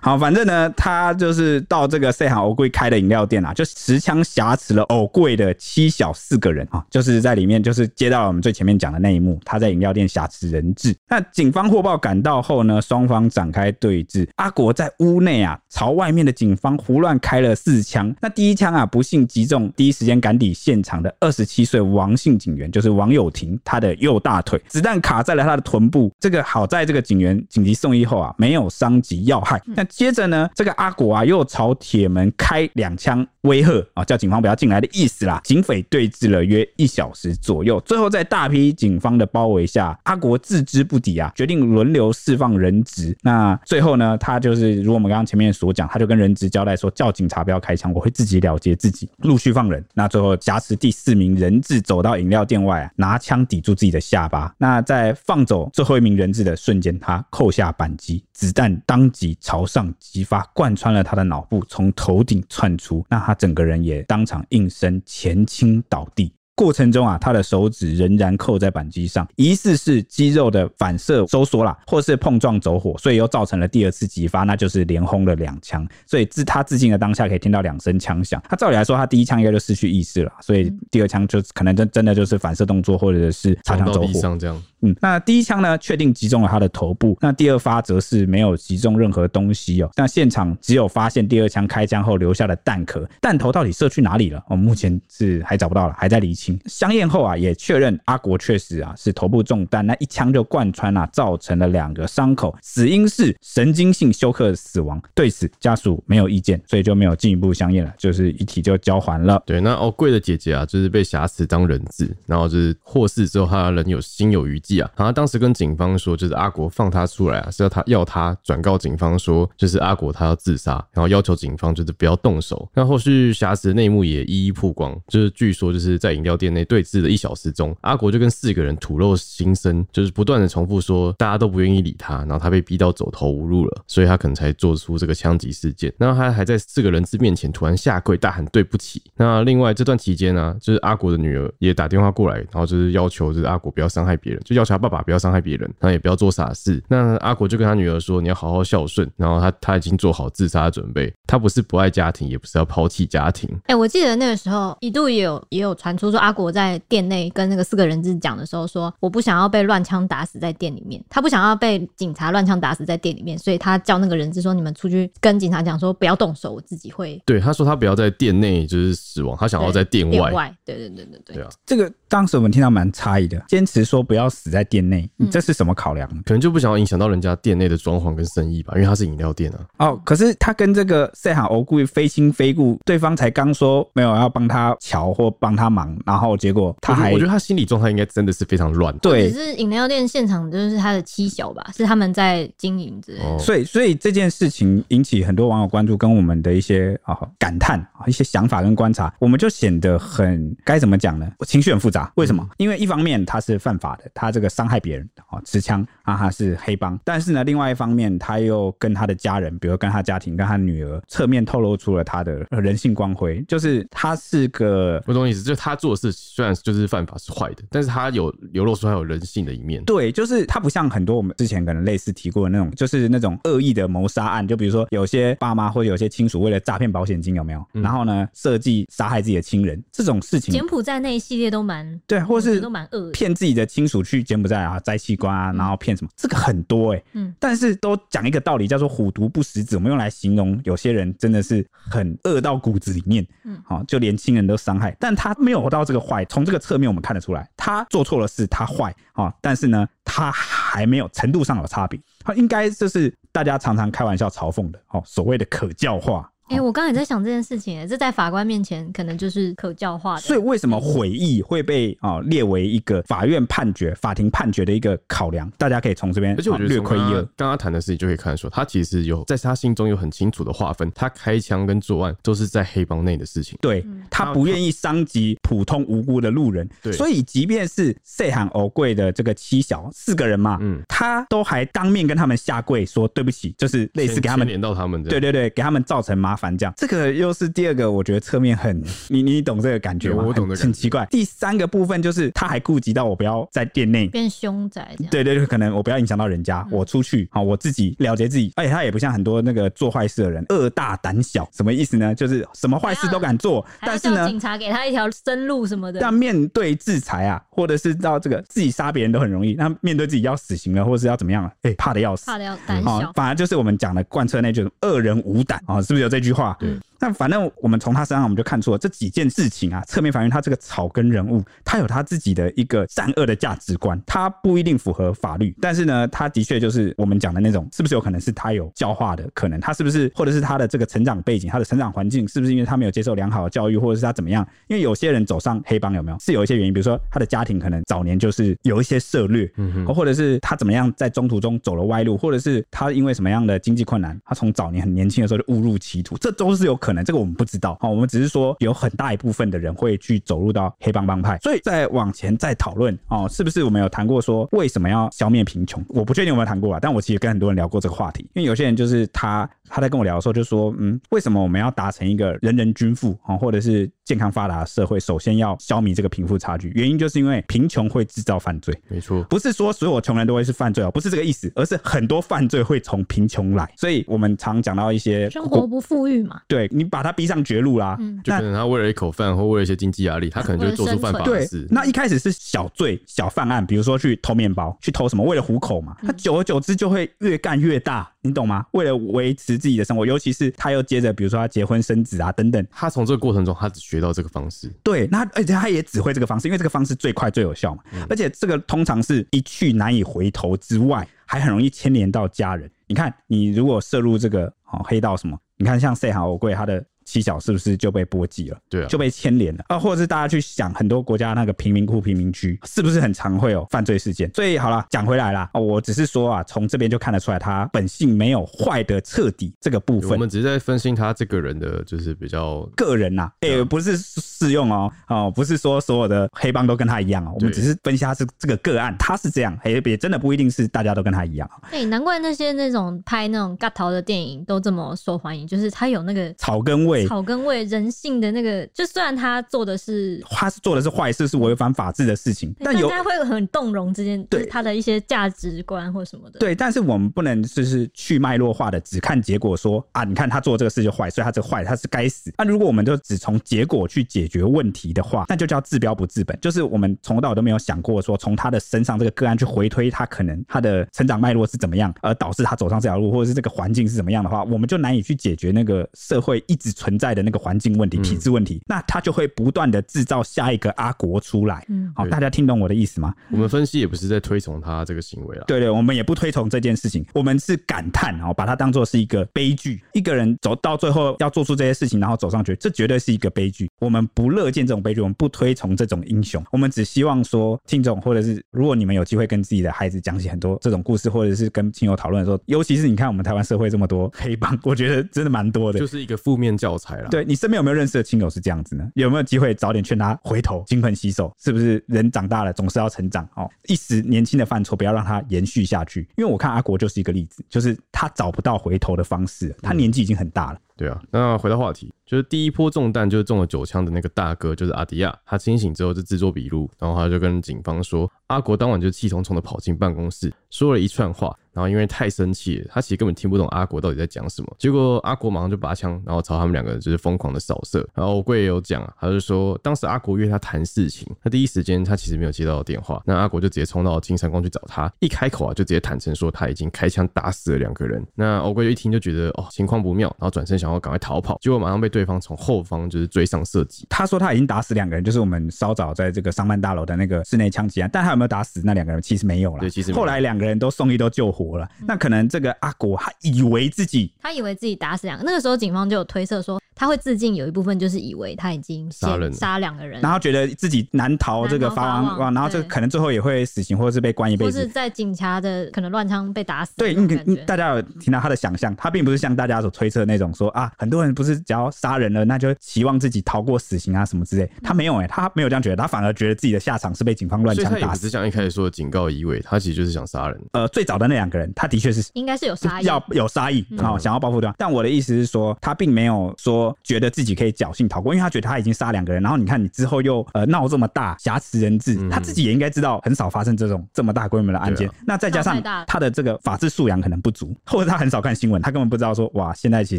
S1: 好，反正呢，他就是到这个塞罕欧贵开的饮料店啊，就持枪挟持了欧贵的妻小四个人啊，就是在里面就是接到了我们最前面讲的那一幕，他在饮料店挟持人质。那警方获报赶到后呢，双方展开对峙。阿国在屋内啊，朝外面的警方胡乱开了四枪。那第一枪啊，不幸击中第一时间赶抵现场的二十七岁王姓警员，就是王友廷，他的右大腿，子弹卡在了他的臀部。这个好在这个警员紧急送医后啊，没有伤及要害。那接着呢，这个阿果啊，又朝铁门开两枪威吓啊，叫警方不要进来的意思啦。警匪对峙了约一小时左右，最后在大批警方的包围下，阿国自知不敌啊，决定轮流释放人质。那最后呢，他就是如我们刚刚前面所讲，他就跟人质交代说，叫警察不要开枪，我会自己了结自己，陆续放人。那最后挟持第四名人质走到饮料店外啊，拿枪抵住自己的下巴。那在放走最后一名人质的瞬间，他扣下扳机，子弹当即朝上击发，贯穿了他的脑部，从头顶窜出。那他整个人也当场应声前倾倒地。过程中啊，他的手指仍然扣在扳机上，疑似是肌肉的反射收缩啦，或是碰撞走火，所以又造成了第二次击发，那就是连轰了两枪。所以自他自尽的当下，可以听到两声枪响。他照理来说，他第一枪应该就失去意识了，所以第二枪就可能真真的就是反射动作，或者是擦
S3: 躺
S1: 枪
S3: 到
S1: 走
S3: 地
S1: 火。
S3: 上这样，
S1: 嗯，那第一枪呢，确定击中了他的头部，那第二发则是没有击中任何东西哦。那现场只有发现第二枪开枪后留下的弹壳，弹头到底射去哪里了？我、哦们目前是还找不到了，还在厘清。相验后啊，也确认阿国确实啊是头部中弹，那一枪就贯穿啊，造成了两个伤口，死因是神经性休克死亡。对此家属没有意见，所以就没有进一步相验了，就是遗体就交还了。
S3: 对，那哦，贵的姐姐啊，就是被挟持当人质，然后就是获释之后，她人有心有余悸啊。然后她当时跟警方说，就是阿国放她出来啊，是要她要她转告警方说，就是阿国他要自杀，然后要求警方就是不要动手。那后续挟持的内幕也一一曝光，就是据说就是在饮料店内对峙的一小时中，阿国就跟四个人吐露心声，就是不断的重复说大家都不愿意理他，然后他被逼到走投无路了，所以他可能才做出这个枪击事件。然后他还在四个人质面前突然下跪大喊对不起。那另外这段期间呢、啊就是阿国的女儿也打电话过来，然后就是要求就是阿国不要伤害别人，就要求他爸爸不要伤害别人，然后也不要做傻事。那阿国就跟他女儿说你要好好孝顺，然后他他已经做好自杀的准备，他不是不爱家庭，也不是要抛弃家庭。
S2: 哎、我记得那个时候一度也有也有传出说阿国在店内跟那个四个人质讲的时候说，我不想要被乱枪打死在店里面，他不想要被警察乱枪打死在店里面，所以他叫那个人质说，你们出去跟警察讲说不要动手，我自己会
S3: 对，他说他不要在店内就是死亡，他想要在店
S2: 店
S3: 外。
S2: 外。对对对对对
S3: 对啊
S1: 这个当时我们听到蛮诧异的，坚持说不要死在店内，你这是什么考量呢？
S3: 可能就不想要影响到人家店内的装潢跟生意吧，因为它是饮料店啊。
S1: 哦，可是他跟这个塞罕欧故意非亲非故，对方才刚说没有要帮他瞧或帮他忙，然后结果他
S3: 我觉得
S1: 还
S3: 我觉得他心理状态应该真的是非常乱。
S1: 对
S2: 只，是饮料店现场就是他的妻小吧，是他们在经营之类的。
S3: 哦，
S1: 所以所以这件事情引起很多网友关注，跟我们的一些啊、哦感叹啊、一些想法跟观察，我们就显得很该怎么讲呢？情绪很复杂。为什么？因为一方面他是犯法的，他这个伤害别人啊、哦持枪啊，他是黑帮；但是呢，另外一方面他又跟他的家人，比如跟他家庭、跟他女儿，侧面透露出了他的呃人性光辉，就是他是个
S3: 我懂你意思，就是他做的事虽然就是犯法是坏的，但是它有流露出它有人性的一面。
S1: 对，就是它不像很多我们之前可能类似提过的那种，就是那种恶意的谋杀案，就比如说有些爸妈或者有些亲属为了诈骗保险金有没有？然后呢，设计杀害自己的亲人这种事情
S2: 柬，埔寨那一系列都蛮
S1: 对，嗯或
S2: 我觉
S1: 是
S2: 得都蛮恶的
S1: 骗自己的亲属去柬埔寨啊摘器官啊，然后骗什么，这个很多哎、
S2: 嗯
S1: 但是都讲一个道理，叫做虎毒不食子。我们用来形容有些人真的是很恶到骨子里面，
S2: 嗯
S1: 好、就连亲人都伤害，但他没有到这个坏。从这个侧面我们看得出来，他做错了事，他坏啊、哦但是呢，他还没有程度上有差别。他应该就是大家常常开玩笑嘲讽的，哦，所谓的可教化。
S2: 哎、我刚才也在想这件事情、欸，这在法官面前可能就是可教化的。
S1: 所以为什么悔意会被啊、哦列为一个法院判决、法庭判决的一个考量？大家可以从这边
S3: 而且我
S1: 哦
S3: 觉得
S1: 略
S3: 从
S1: 窥一
S3: 他
S1: 二。
S3: 刚刚谈的事情就可以看得出，他其实有在他心中有很清楚的划分，他开枪跟作案都是在黑帮内的事情。
S1: 对他不愿意伤及普通无辜的路人，
S3: 对
S1: 所以即便是塞罕欧贵的这个七小四个人嘛，
S3: 嗯
S1: 他都还当面跟他们下跪说对不起，就是类似给他们
S3: 连到他们这
S1: 对
S3: 样。
S1: 对对，给他们造成麻烦，这样这个又是第二个，我觉得侧面很， <laughs> 你你懂这个感觉吗？
S3: 有我懂
S1: 很
S3: 这个感觉
S1: 很奇怪。第三个部分就是他还顾及到我不要在店内
S2: 变凶宅这样。嗯
S1: 对对对，可能我不要影响到人家，我出去好，我自己了结自己。而且他也不像很多那个做坏事的人，恶大胆小，什么意思呢？就是什么坏事都敢做，
S2: 啊还要
S1: 但是
S2: 叫
S1: 呢，
S2: 警察给他一条生路什么的，
S1: 但面对制裁啊，或者是到这个自己杀别人都很容易，那面对自己要死刑了，或者是要怎么样了，哎、怕的要死
S2: 怕。的要胆
S1: 啊、
S2: 小。
S1: 反而就是我们讲的贯彻那句“恶人无胆”啊、是不是有这句话？
S3: 对。
S1: 那反正我们从他身上我们就看出了这几件事情啊，侧面反映他这个草根人物，他有他自己的一个善恶的价值观，他不一定符合法律，但是呢，他的确就是我们讲的那种，是不是有可能是他有教化的可能？他是不是或者是他的这个成长背景、他的成长环境，是不是因为他没有接受良好的教育，或者是他怎么样？因为有些人走上黑帮有没有是有一些原因，比如说他的家庭可能早年就是有一些涉略，
S2: 嗯
S1: 哦或者是他怎么样在中途中走了歪路，或者是他因为什么样的经济困难，他从早年很年轻的时候就误入歧途，这都是有可能，这个我们不知道。好、我们只是说有很大一部分的人会去走入到黑帮帮派，所以再往前再讨论哦，是不是我们有谈过说为什么要消灭贫穷？我不确定有没有谈过啊，但我其实跟很多人聊过这个话题，因为有些人就是他他在跟我聊的时候就说，嗯，为什么我们要达成一个人人均富啊、哦，或者是健康发达的社会，首先要消弭这个贫富差距？原因就是因为贫穷会制造犯罪。
S3: 没错，
S1: 不是说所有穷人都会是犯罪哦，不是这个意思，而是很多犯罪会从贫穷来。所以我们常讲到一些
S2: 生活不富裕嘛，
S1: 对你把他逼上绝路啦。
S2: 嗯
S3: 就
S1: 那
S3: 可能他为了一口饭或为了一些经济压力，他可能就会做出犯法
S1: 对
S3: 的事，。
S1: 那一开始啊是小罪、小犯案，比如说去偷面包、去偷什么，为了糊口
S2: 嗯
S1: 嘛。他久而久之就会越干越大，你懂吗？为了维持自己的生活，尤其是他又接着，比如说他结婚生子啊等等，
S3: 他从这个过程中，他只学到这个方式。
S1: 对，那而且他也只会这个方式，因为这个方式最快最有效嘛。而且这个通常是一去难以回头之外，还很容易牵连到家人。你看，你如果涉入这个哦黑道什么，你看像啊塞罕欧贵他的妻小是不是就被波及了？
S3: 对啊
S1: 就被牵连了啊，或者是大家去想很多国家那个贫民窟、贫民区，是不是很常会有犯罪事件？所以好了，讲回来啦，哦我只是说啊，从这边就看得出来，他本性没有坏的彻底这个部
S3: 我
S1: 分。
S3: 们只是在分析他这个人的，就是比较
S1: 个人呐、哎、
S2: 啊
S1: 不是适用哦，哦，不是说所有的黑帮都跟他一样哦，我们
S3: 对
S1: 只是分析他是这个个案，他是这样，哎、也真的不一定是大家都跟他一样哦，
S2: 哎、难怪那些那种拍那种尬逃的电影都这么受欢迎，就是他有那个
S1: 草根味。
S2: 草根味、人性的那个，就虽然他做的是，
S1: 他是做的是坏事，是违反法治的事情，但
S2: 但
S1: 有
S2: 他会很动容之间，就
S1: 对
S2: 是他的一些价值观或什么的。，
S1: 对，但是我们不能就是去脉络化的只看结果说啊，你看他做这个事就坏，所以他这个坏他是该死。那、如果我们就只从结果去解决问题的话，那就叫治标不治本，就是我们从头到尾都没有想过说从他的身上这个个案去回推他可能他的成长脉络是怎么样，而导致他走上这条路，或者是这个环境是怎么样的话，我们就难以去解决那个社会一直存在的那个环境问题、体制问题，那他就会不断的制造下一个阿国出来。
S2: 嗯
S1: 好，
S3: 对
S1: 大家听懂我的意思吗？
S3: 我们分析也不是在推崇他这个行为啦。
S1: 对对，我们也不推崇这件事情，我们是感叹哦，把它当做是一个悲剧。一个人走到最后要做出这些事情，然后走上去，这绝对是一个悲剧。我们不乐见这种悲剧，我们不推崇这种英雄，我们只希望说，听众或者是如果你们有机会跟自己的孩子讲起很多这种故事，或者是跟亲友讨论的时候，尤其是你看我们台湾社会这么多黑帮，我觉得真的蛮多的。
S3: 就是一个负面教材啦。，
S1: 对你身边有没有认识的亲友是这样子呢？有没有机会早点劝他回头，金盆洗手？是不是人长大了总是要成长哦？一时年轻的犯错，不要让他延续
S3: 嗯
S1: 下去。因为我看阿国就是一个例子，就是他找不到回头的方式，他年纪已经很大了。
S3: 对啊，那回到话题，就是第一波中弹就是中了九枪的那个大哥，就是阿迪亚，他清醒之后就制作笔录，然后他就跟警方说，阿国当晚就气冲冲的跑进办公室，说了一串话，然后因为太生气了，他其实根本听不懂阿国到底在讲什么，结果阿国马上就拔枪，然后朝他们两个人就是疯狂的扫射，然后贵也有讲啊，他就说当时阿国约他谈事情，他第一时间他其实没有接到电话，那阿国就直接冲到金山宫去找他，一开口啊就直接坦诚说他已经开枪打死了两个人，那欧贵就一听就觉得哦情况不妙，然后转身想要赶快逃跑，结果马上被对方从后方就是追上射击。
S1: 他说他已经打死两个人，就是我们稍早在这个商办大楼的那个室内枪击案，但他有没有打死那两个人？其实没有啦。
S3: 对其实没有嗯
S1: 后来两个人都送医都救活了。那可能这个阿国他以为自己
S2: 他以为自己打死两个，那个时候警方就有推测说他会自尽，有一部分就是以为他已经先
S3: 杀人了
S2: 杀两个人，
S1: 然后觉得自己难逃这个
S2: 难逃法
S1: 法
S2: 网
S1: 网哇，然后这个
S2: 对
S1: 可能最后也会死刑，或者是被关一辈
S2: 或
S1: 子
S2: 是。在警察的可能乱枪被打死的
S1: 对，
S2: 那
S1: 你
S2: 种
S1: 可
S2: 感
S1: 你
S2: 觉。
S1: 大家有听到他的想象，他并不是像大家所推测那种说啊，很多人不是只要杀人了，那就期望自己逃过死刑啊什么之类。他没有哎、他没有这样觉得，他反而觉得自己的下场是被警方乱
S3: 所以
S1: 枪
S3: 他也
S1: 打
S3: 不
S1: 死
S3: 是。像一开始说的警告以为，他其实就是想杀人。
S1: 呃，最早的那两个人，他的确是
S2: 应该是有杀意，
S1: 要有杀意啊、哦想要报复对方。但我的意思是说，他并没有说觉得自己可以侥幸逃过，因为他觉得他已经杀两个人，然后你看你之后又呃闹这么大，挟持人质，他自己也应该知道很少发生这种这么大规模的案件。
S3: 对啊
S1: 那再加
S2: 闹
S1: 上
S2: 太大了
S1: 他的这个法治素养可能不足， <laughs> 或者他很少看新闻，他根本不知道说哇，现在其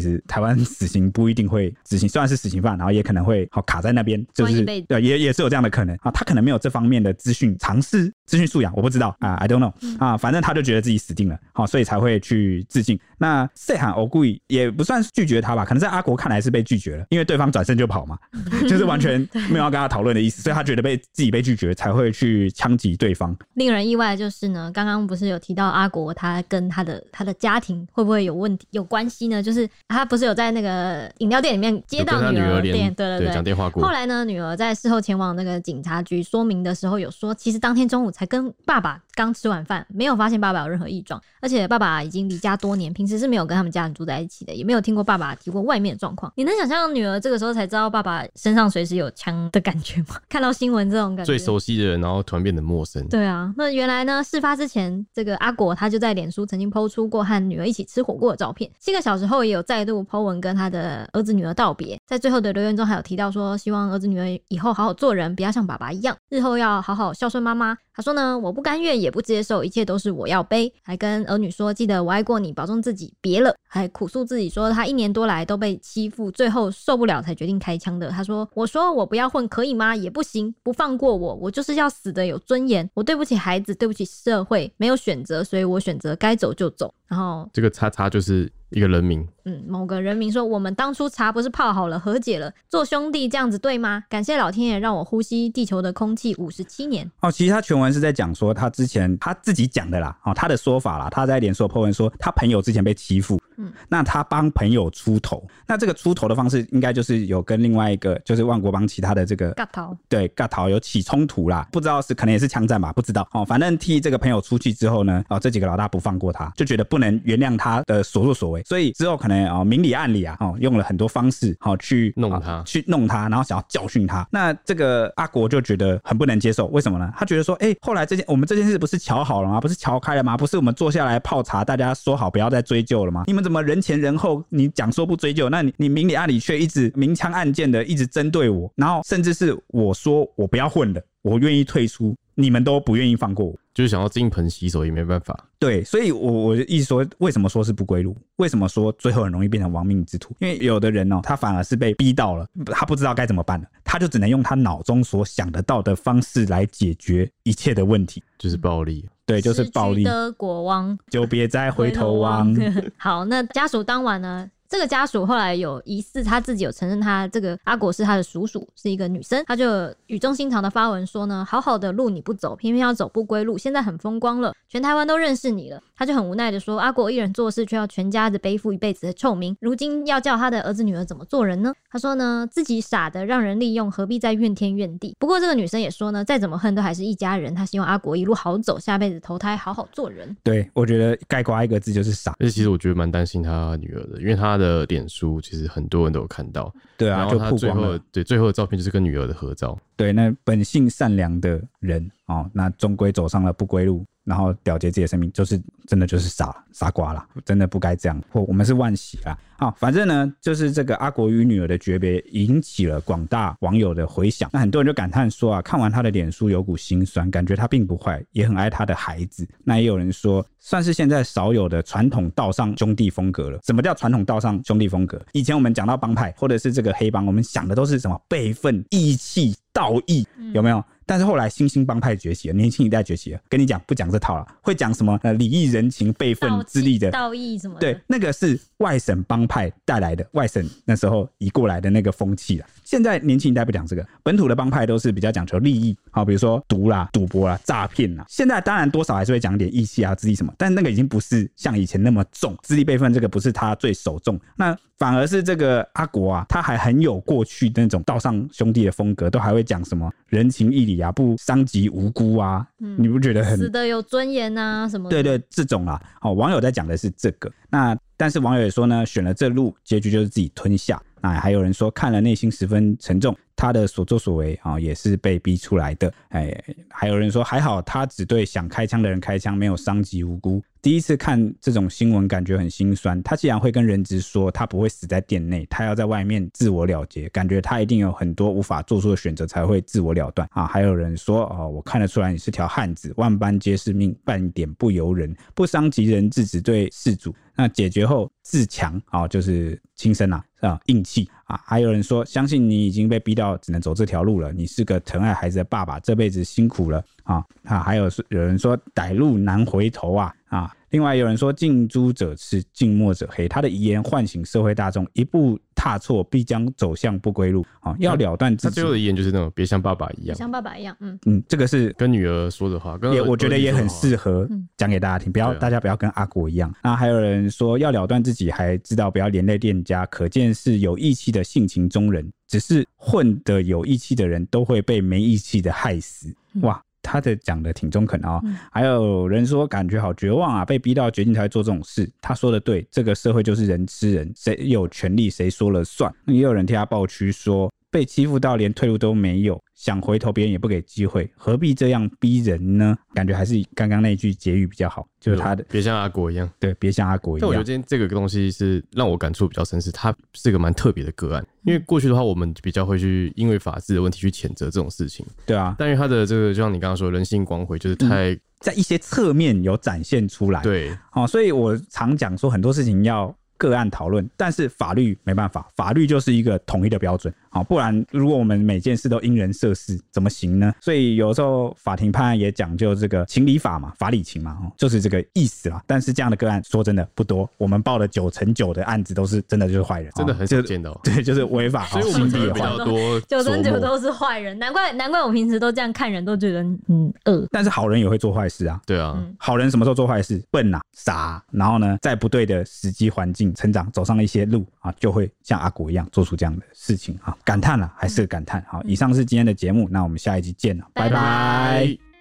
S1: 实台湾死刑不一定会执行，虽然是死刑犯，然后也可能会好卡在那边，就
S2: 关一
S1: 是
S2: 辈子
S1: 对，也也是有这样的可能啊，他可能没有这方面的资讯尝试。资讯素养我不知道啊，I don't know 啊，反正他就觉得自己死定了，好、所以才会去致敬。那塞罕欧故意也不算是拒绝他吧，可能在阿国看来是被拒绝了，因为对方转身就跑嘛，就是完全没有要跟他讨论的意思，所以他觉得被自己被拒绝才会去枪击对方。
S2: 令人意外的就是呢，刚刚不是有提到阿国他跟他的他的家庭会不会有问题有关系呢？就是他不是有在那个饮料店里面接
S3: 有跟
S2: 到
S3: 他
S2: 女
S3: 儿
S2: 儿
S3: 连
S2: 店，对
S3: 对
S2: 对
S3: 讲电话过
S2: 后，来呢，女儿在事后前往那个警察局说明的时候，有说其实当天中午才跟爸爸刚吃完饭，没有发现爸爸有任何异状，而且爸爸已经离家多年，平时是没有跟他们家人住在一起的，也没有听过爸爸提过外面的状况。你能想象女儿这个时候才知道爸爸身上随时有枪的感觉吗？ <laughs> 看到新闻这种感觉，
S3: 最熟悉的人，然后突然变得陌生。
S2: 对啊，那原来呢，事发之前，这个阿果他就在脸书曾经抛出过和女儿一起吃火锅的照片。七个小时后，也有再度抛文跟他的儿子女儿道别。在最后的留言中，还有提到说，希望儿子女儿以后好好做人，不要像爸爸一样，日后要好好孝顺妈妈。他说呢，我不甘愿，也不接受，一切都是我要背。还跟儿女说，记得我爱过你，保重自己，别了。还苦诉自己说，他一年多来都被欺负，最后受不了才决定开枪的。他说，我说我不要混，可以吗？也不行，不放过我，我就是要死的有尊严。我对不起孩子，对不起社会，没有选择，所以我选择该走就走。然后
S3: 这个叉叉就是一个人名，
S2: 嗯，某个人民说：“我们当初茶不是泡好了和解了，做兄弟这样子对吗？感谢老天爷让我呼吸地球的空气五十七年。
S1: 哦，其实他全文是在讲说他之前他自己讲的啦，哦，他的说法啦，他在连锁 po 文说他朋友之前被欺负，
S2: 嗯
S1: 嗯，那他帮朋友出头，那这个出头的方式应该就是有跟另外一个就是万国帮其他的这个
S2: 尬头，
S1: 对尬桃有起冲突啦，不知道是可能也是枪战吧，不知道哦，反正替这个朋友出去之后呢，哦，这几个老大不放过他，就觉得不能原谅他的所作所为，所以之后可能哦明里暗里啊，哦用了很多方式哦去
S3: 弄
S1: 哦
S3: 他
S1: 去弄他，然后想要教训他。那这个阿国就觉得很不能接受，为什么呢？他觉得说，哎、后来这件我们这件事不是瞧好了吗？不是瞧开了吗？不是我们坐下来泡茶，大家说好不要再追究了吗？你们怎么人前人后你讲说不追究，那你你明里暗里却一直明枪暗箭的一直针对我，然后甚至是我说我不要混了，我愿意退出，你们都不愿意放过我。
S3: 就是想要金盆洗手也没办法。
S1: 对，所以我我的意思说，为什么说是不归路？为什么说最后很容易变成亡命之徒？因为有的人哦，他反而是被逼到了，他不知道该怎么办了，他就只能用他脑中所想得到的方式来解决一切的问题。
S3: 就是暴力，
S1: 对，就是暴力，
S2: 的国王
S1: 就别再回头望。。
S2: <laughs> 好，那家属当晚呢？这个家属后来有疑似他自己有承认他，这个阿果是他的叔叔，是一个女生，他就语重心长的发文说呢：“好好的路你不走，偏偏要走不归路，现在很风光了，全台湾都认识你了。”他就很无奈的说：“阿果一人做事，却要全家子背负一辈子的臭名，如今要叫他的儿子女儿怎么做人呢？”他说呢：“自己傻的让人利用，何必再怨天怨地？”不过这个女生也说呢：“再怎么恨都还是一家人，她希望阿果一路好走，下辈子投胎好好做人。”
S1: 对，我觉得概括一个字就是傻。
S3: 而且其实我觉得蛮担心他女儿的，因为他的脸书其实很多人都有看到，
S1: 对啊，
S3: 然后
S1: 就
S3: 他
S1: 曝
S3: 最
S1: 光
S3: 后
S1: 了
S3: 的。对最后的照片就是跟女儿的合照，
S1: 对，那本性善良的人哦，那终归走上了不归路。然后了结自己的生命，就是真的就是傻傻瓜啦，真的不该这样。我我们是万喜啦。好，反正呢，就是这个阿国与女儿的诀别引起了广大网友的回响。那很多人就感叹说啊，看完他的脸书有股心酸，感觉他并不坏，也很爱他的孩子。那也有人说，算是现在少有的传统道上兄弟风格了。什么叫传统道上兄弟风格？以前我们讲到帮派或者是这个黑帮，我们想的都是什么辈分、义气、道义，有没有？但是后来新兴帮派崛起了，年轻一代崛起了。跟你讲，不讲这套了，会讲什么呃礼义人情、辈分、
S2: 道
S1: 资历
S2: 义
S1: 的。
S2: 道义什么的，
S1: 对，那个是外省帮派带来的，外省那时候移过来的那个风气啦。现在年轻一代不讲这个，本土的帮派都是比较讲求利益，好，啊比如说毒啦、赌博啦、诈骗啦。现在当然多少还是会讲点义气啊、资历什么，但那个已经不是像以前那么重，资历辈分这个不是他最首重，那反而是这个阿国啊，他还很有过去那种道上兄弟的风格，都还会讲什么人情义理啊，不伤及无辜啊，你不觉得很
S2: 死的有尊严啊什么的，
S1: 对对，这种啦，哦，网友在讲的是这个。那但是网友也说呢，选了这路，结局就是自己吞下。那还有人说看了内心十分沉重，他的所作所为啊、哦也是被逼出来的。哎，还有人说还好他只对想开枪的人开枪，没有伤及无辜。第一次看这种新闻，感觉很心酸。他既然会跟人质说他不会死在店内，他要在外面自我了结，感觉他一定有很多无法做出的选择才会自我了断啊。还有人说哦，我看得出来你是条汉子，万般皆是命，半点不由人，不伤及人质，只对事主。那解决后自强啊、就是轻生啦、啊，硬气啊。还有人说，相信你已经被逼到只能走这条路了，你是个疼爱孩子的爸爸，这辈子辛苦了啊啊。还有是有人说，歹路难回头啊啊。另外有人说，近朱者赤，近墨者黑，他的遗言唤醒社会大众，一步踏错必将走向不归路啊。要了断自
S3: 他
S1: 己
S3: 最后，的遗言就是那种别像爸爸一样，
S2: 像爸爸一样，嗯，
S1: 嗯，这个是
S3: 跟女儿说的话，跟
S1: 也
S3: 儿
S1: 我觉得也很
S3: 儿子说的
S1: 适合
S2: 嗯
S1: 讲给大家听，不要
S3: 对啊
S1: 大家不要跟阿国一样。那还有人说要了断自己，还知道不要连累店家，可见是有义气的性情中人。只是混的有义气的人都会被没义气的害死。哇，他的讲的挺中肯啊、哦。
S2: 嗯
S1: 还有人说感觉好绝望啊，被逼到绝境才会做这种事。他说的对，这个社会就是人吃人，谁有权利谁说了算。也有人替他抱屈说，被欺负到连退路都没有，想回头别人也不给机会，何必这样逼人呢？感觉还是刚刚那句结语比较好，就是他的
S3: 别像阿国一样。
S1: 对，别像阿国一
S3: 但我觉得
S1: 样。
S3: 今天这个东西是让我感触比较深，是它是个蛮特别的个案。因为过去的话，我们比较会去因为法治的问题去谴责这种事情，
S1: 对啊，
S3: 但是它的这个就像你刚刚说，人性光辉就是太、
S1: 在一些侧面有展现出来。
S3: 对
S1: 嗯哦，所以我常讲说很多事情要个案讨论，但是法律没办法，法律就是一个统一的标准。好、不然如果我们每件事都因人设事，怎么行呢？所以有时候法庭判案也讲究这个情理法嘛，法理情嘛，哦，就是这个意思啦。但是这样的个案说真的不多，我们报的九成九的案子都是真的就是坏人，
S3: 真的
S1: 哦
S3: 很
S1: 就
S3: 少见到，
S1: 对，就是违法，
S3: 所以我
S1: 心
S3: 们
S1: 地哦
S3: 才会
S1: 也
S3: 比
S1: 坏
S3: 较多
S2: 九成九
S3: 琢磨
S2: 都是坏人，难怪难怪我平时都这样看人，都觉得嗯恶，
S1: 但是好人也会做坏事啊。
S3: 对啊，
S2: 嗯
S1: 好人什么时候做坏事？笨呐、傻啊、然后呢，在不对的时机环境成长，走上了一些路啊，就会像阿国一样做出这样的事情啊，感叹了、还是感叹。好，以上是今天的节目，那我们下一集见了，拜拜
S2: 拜拜
S3: 拜。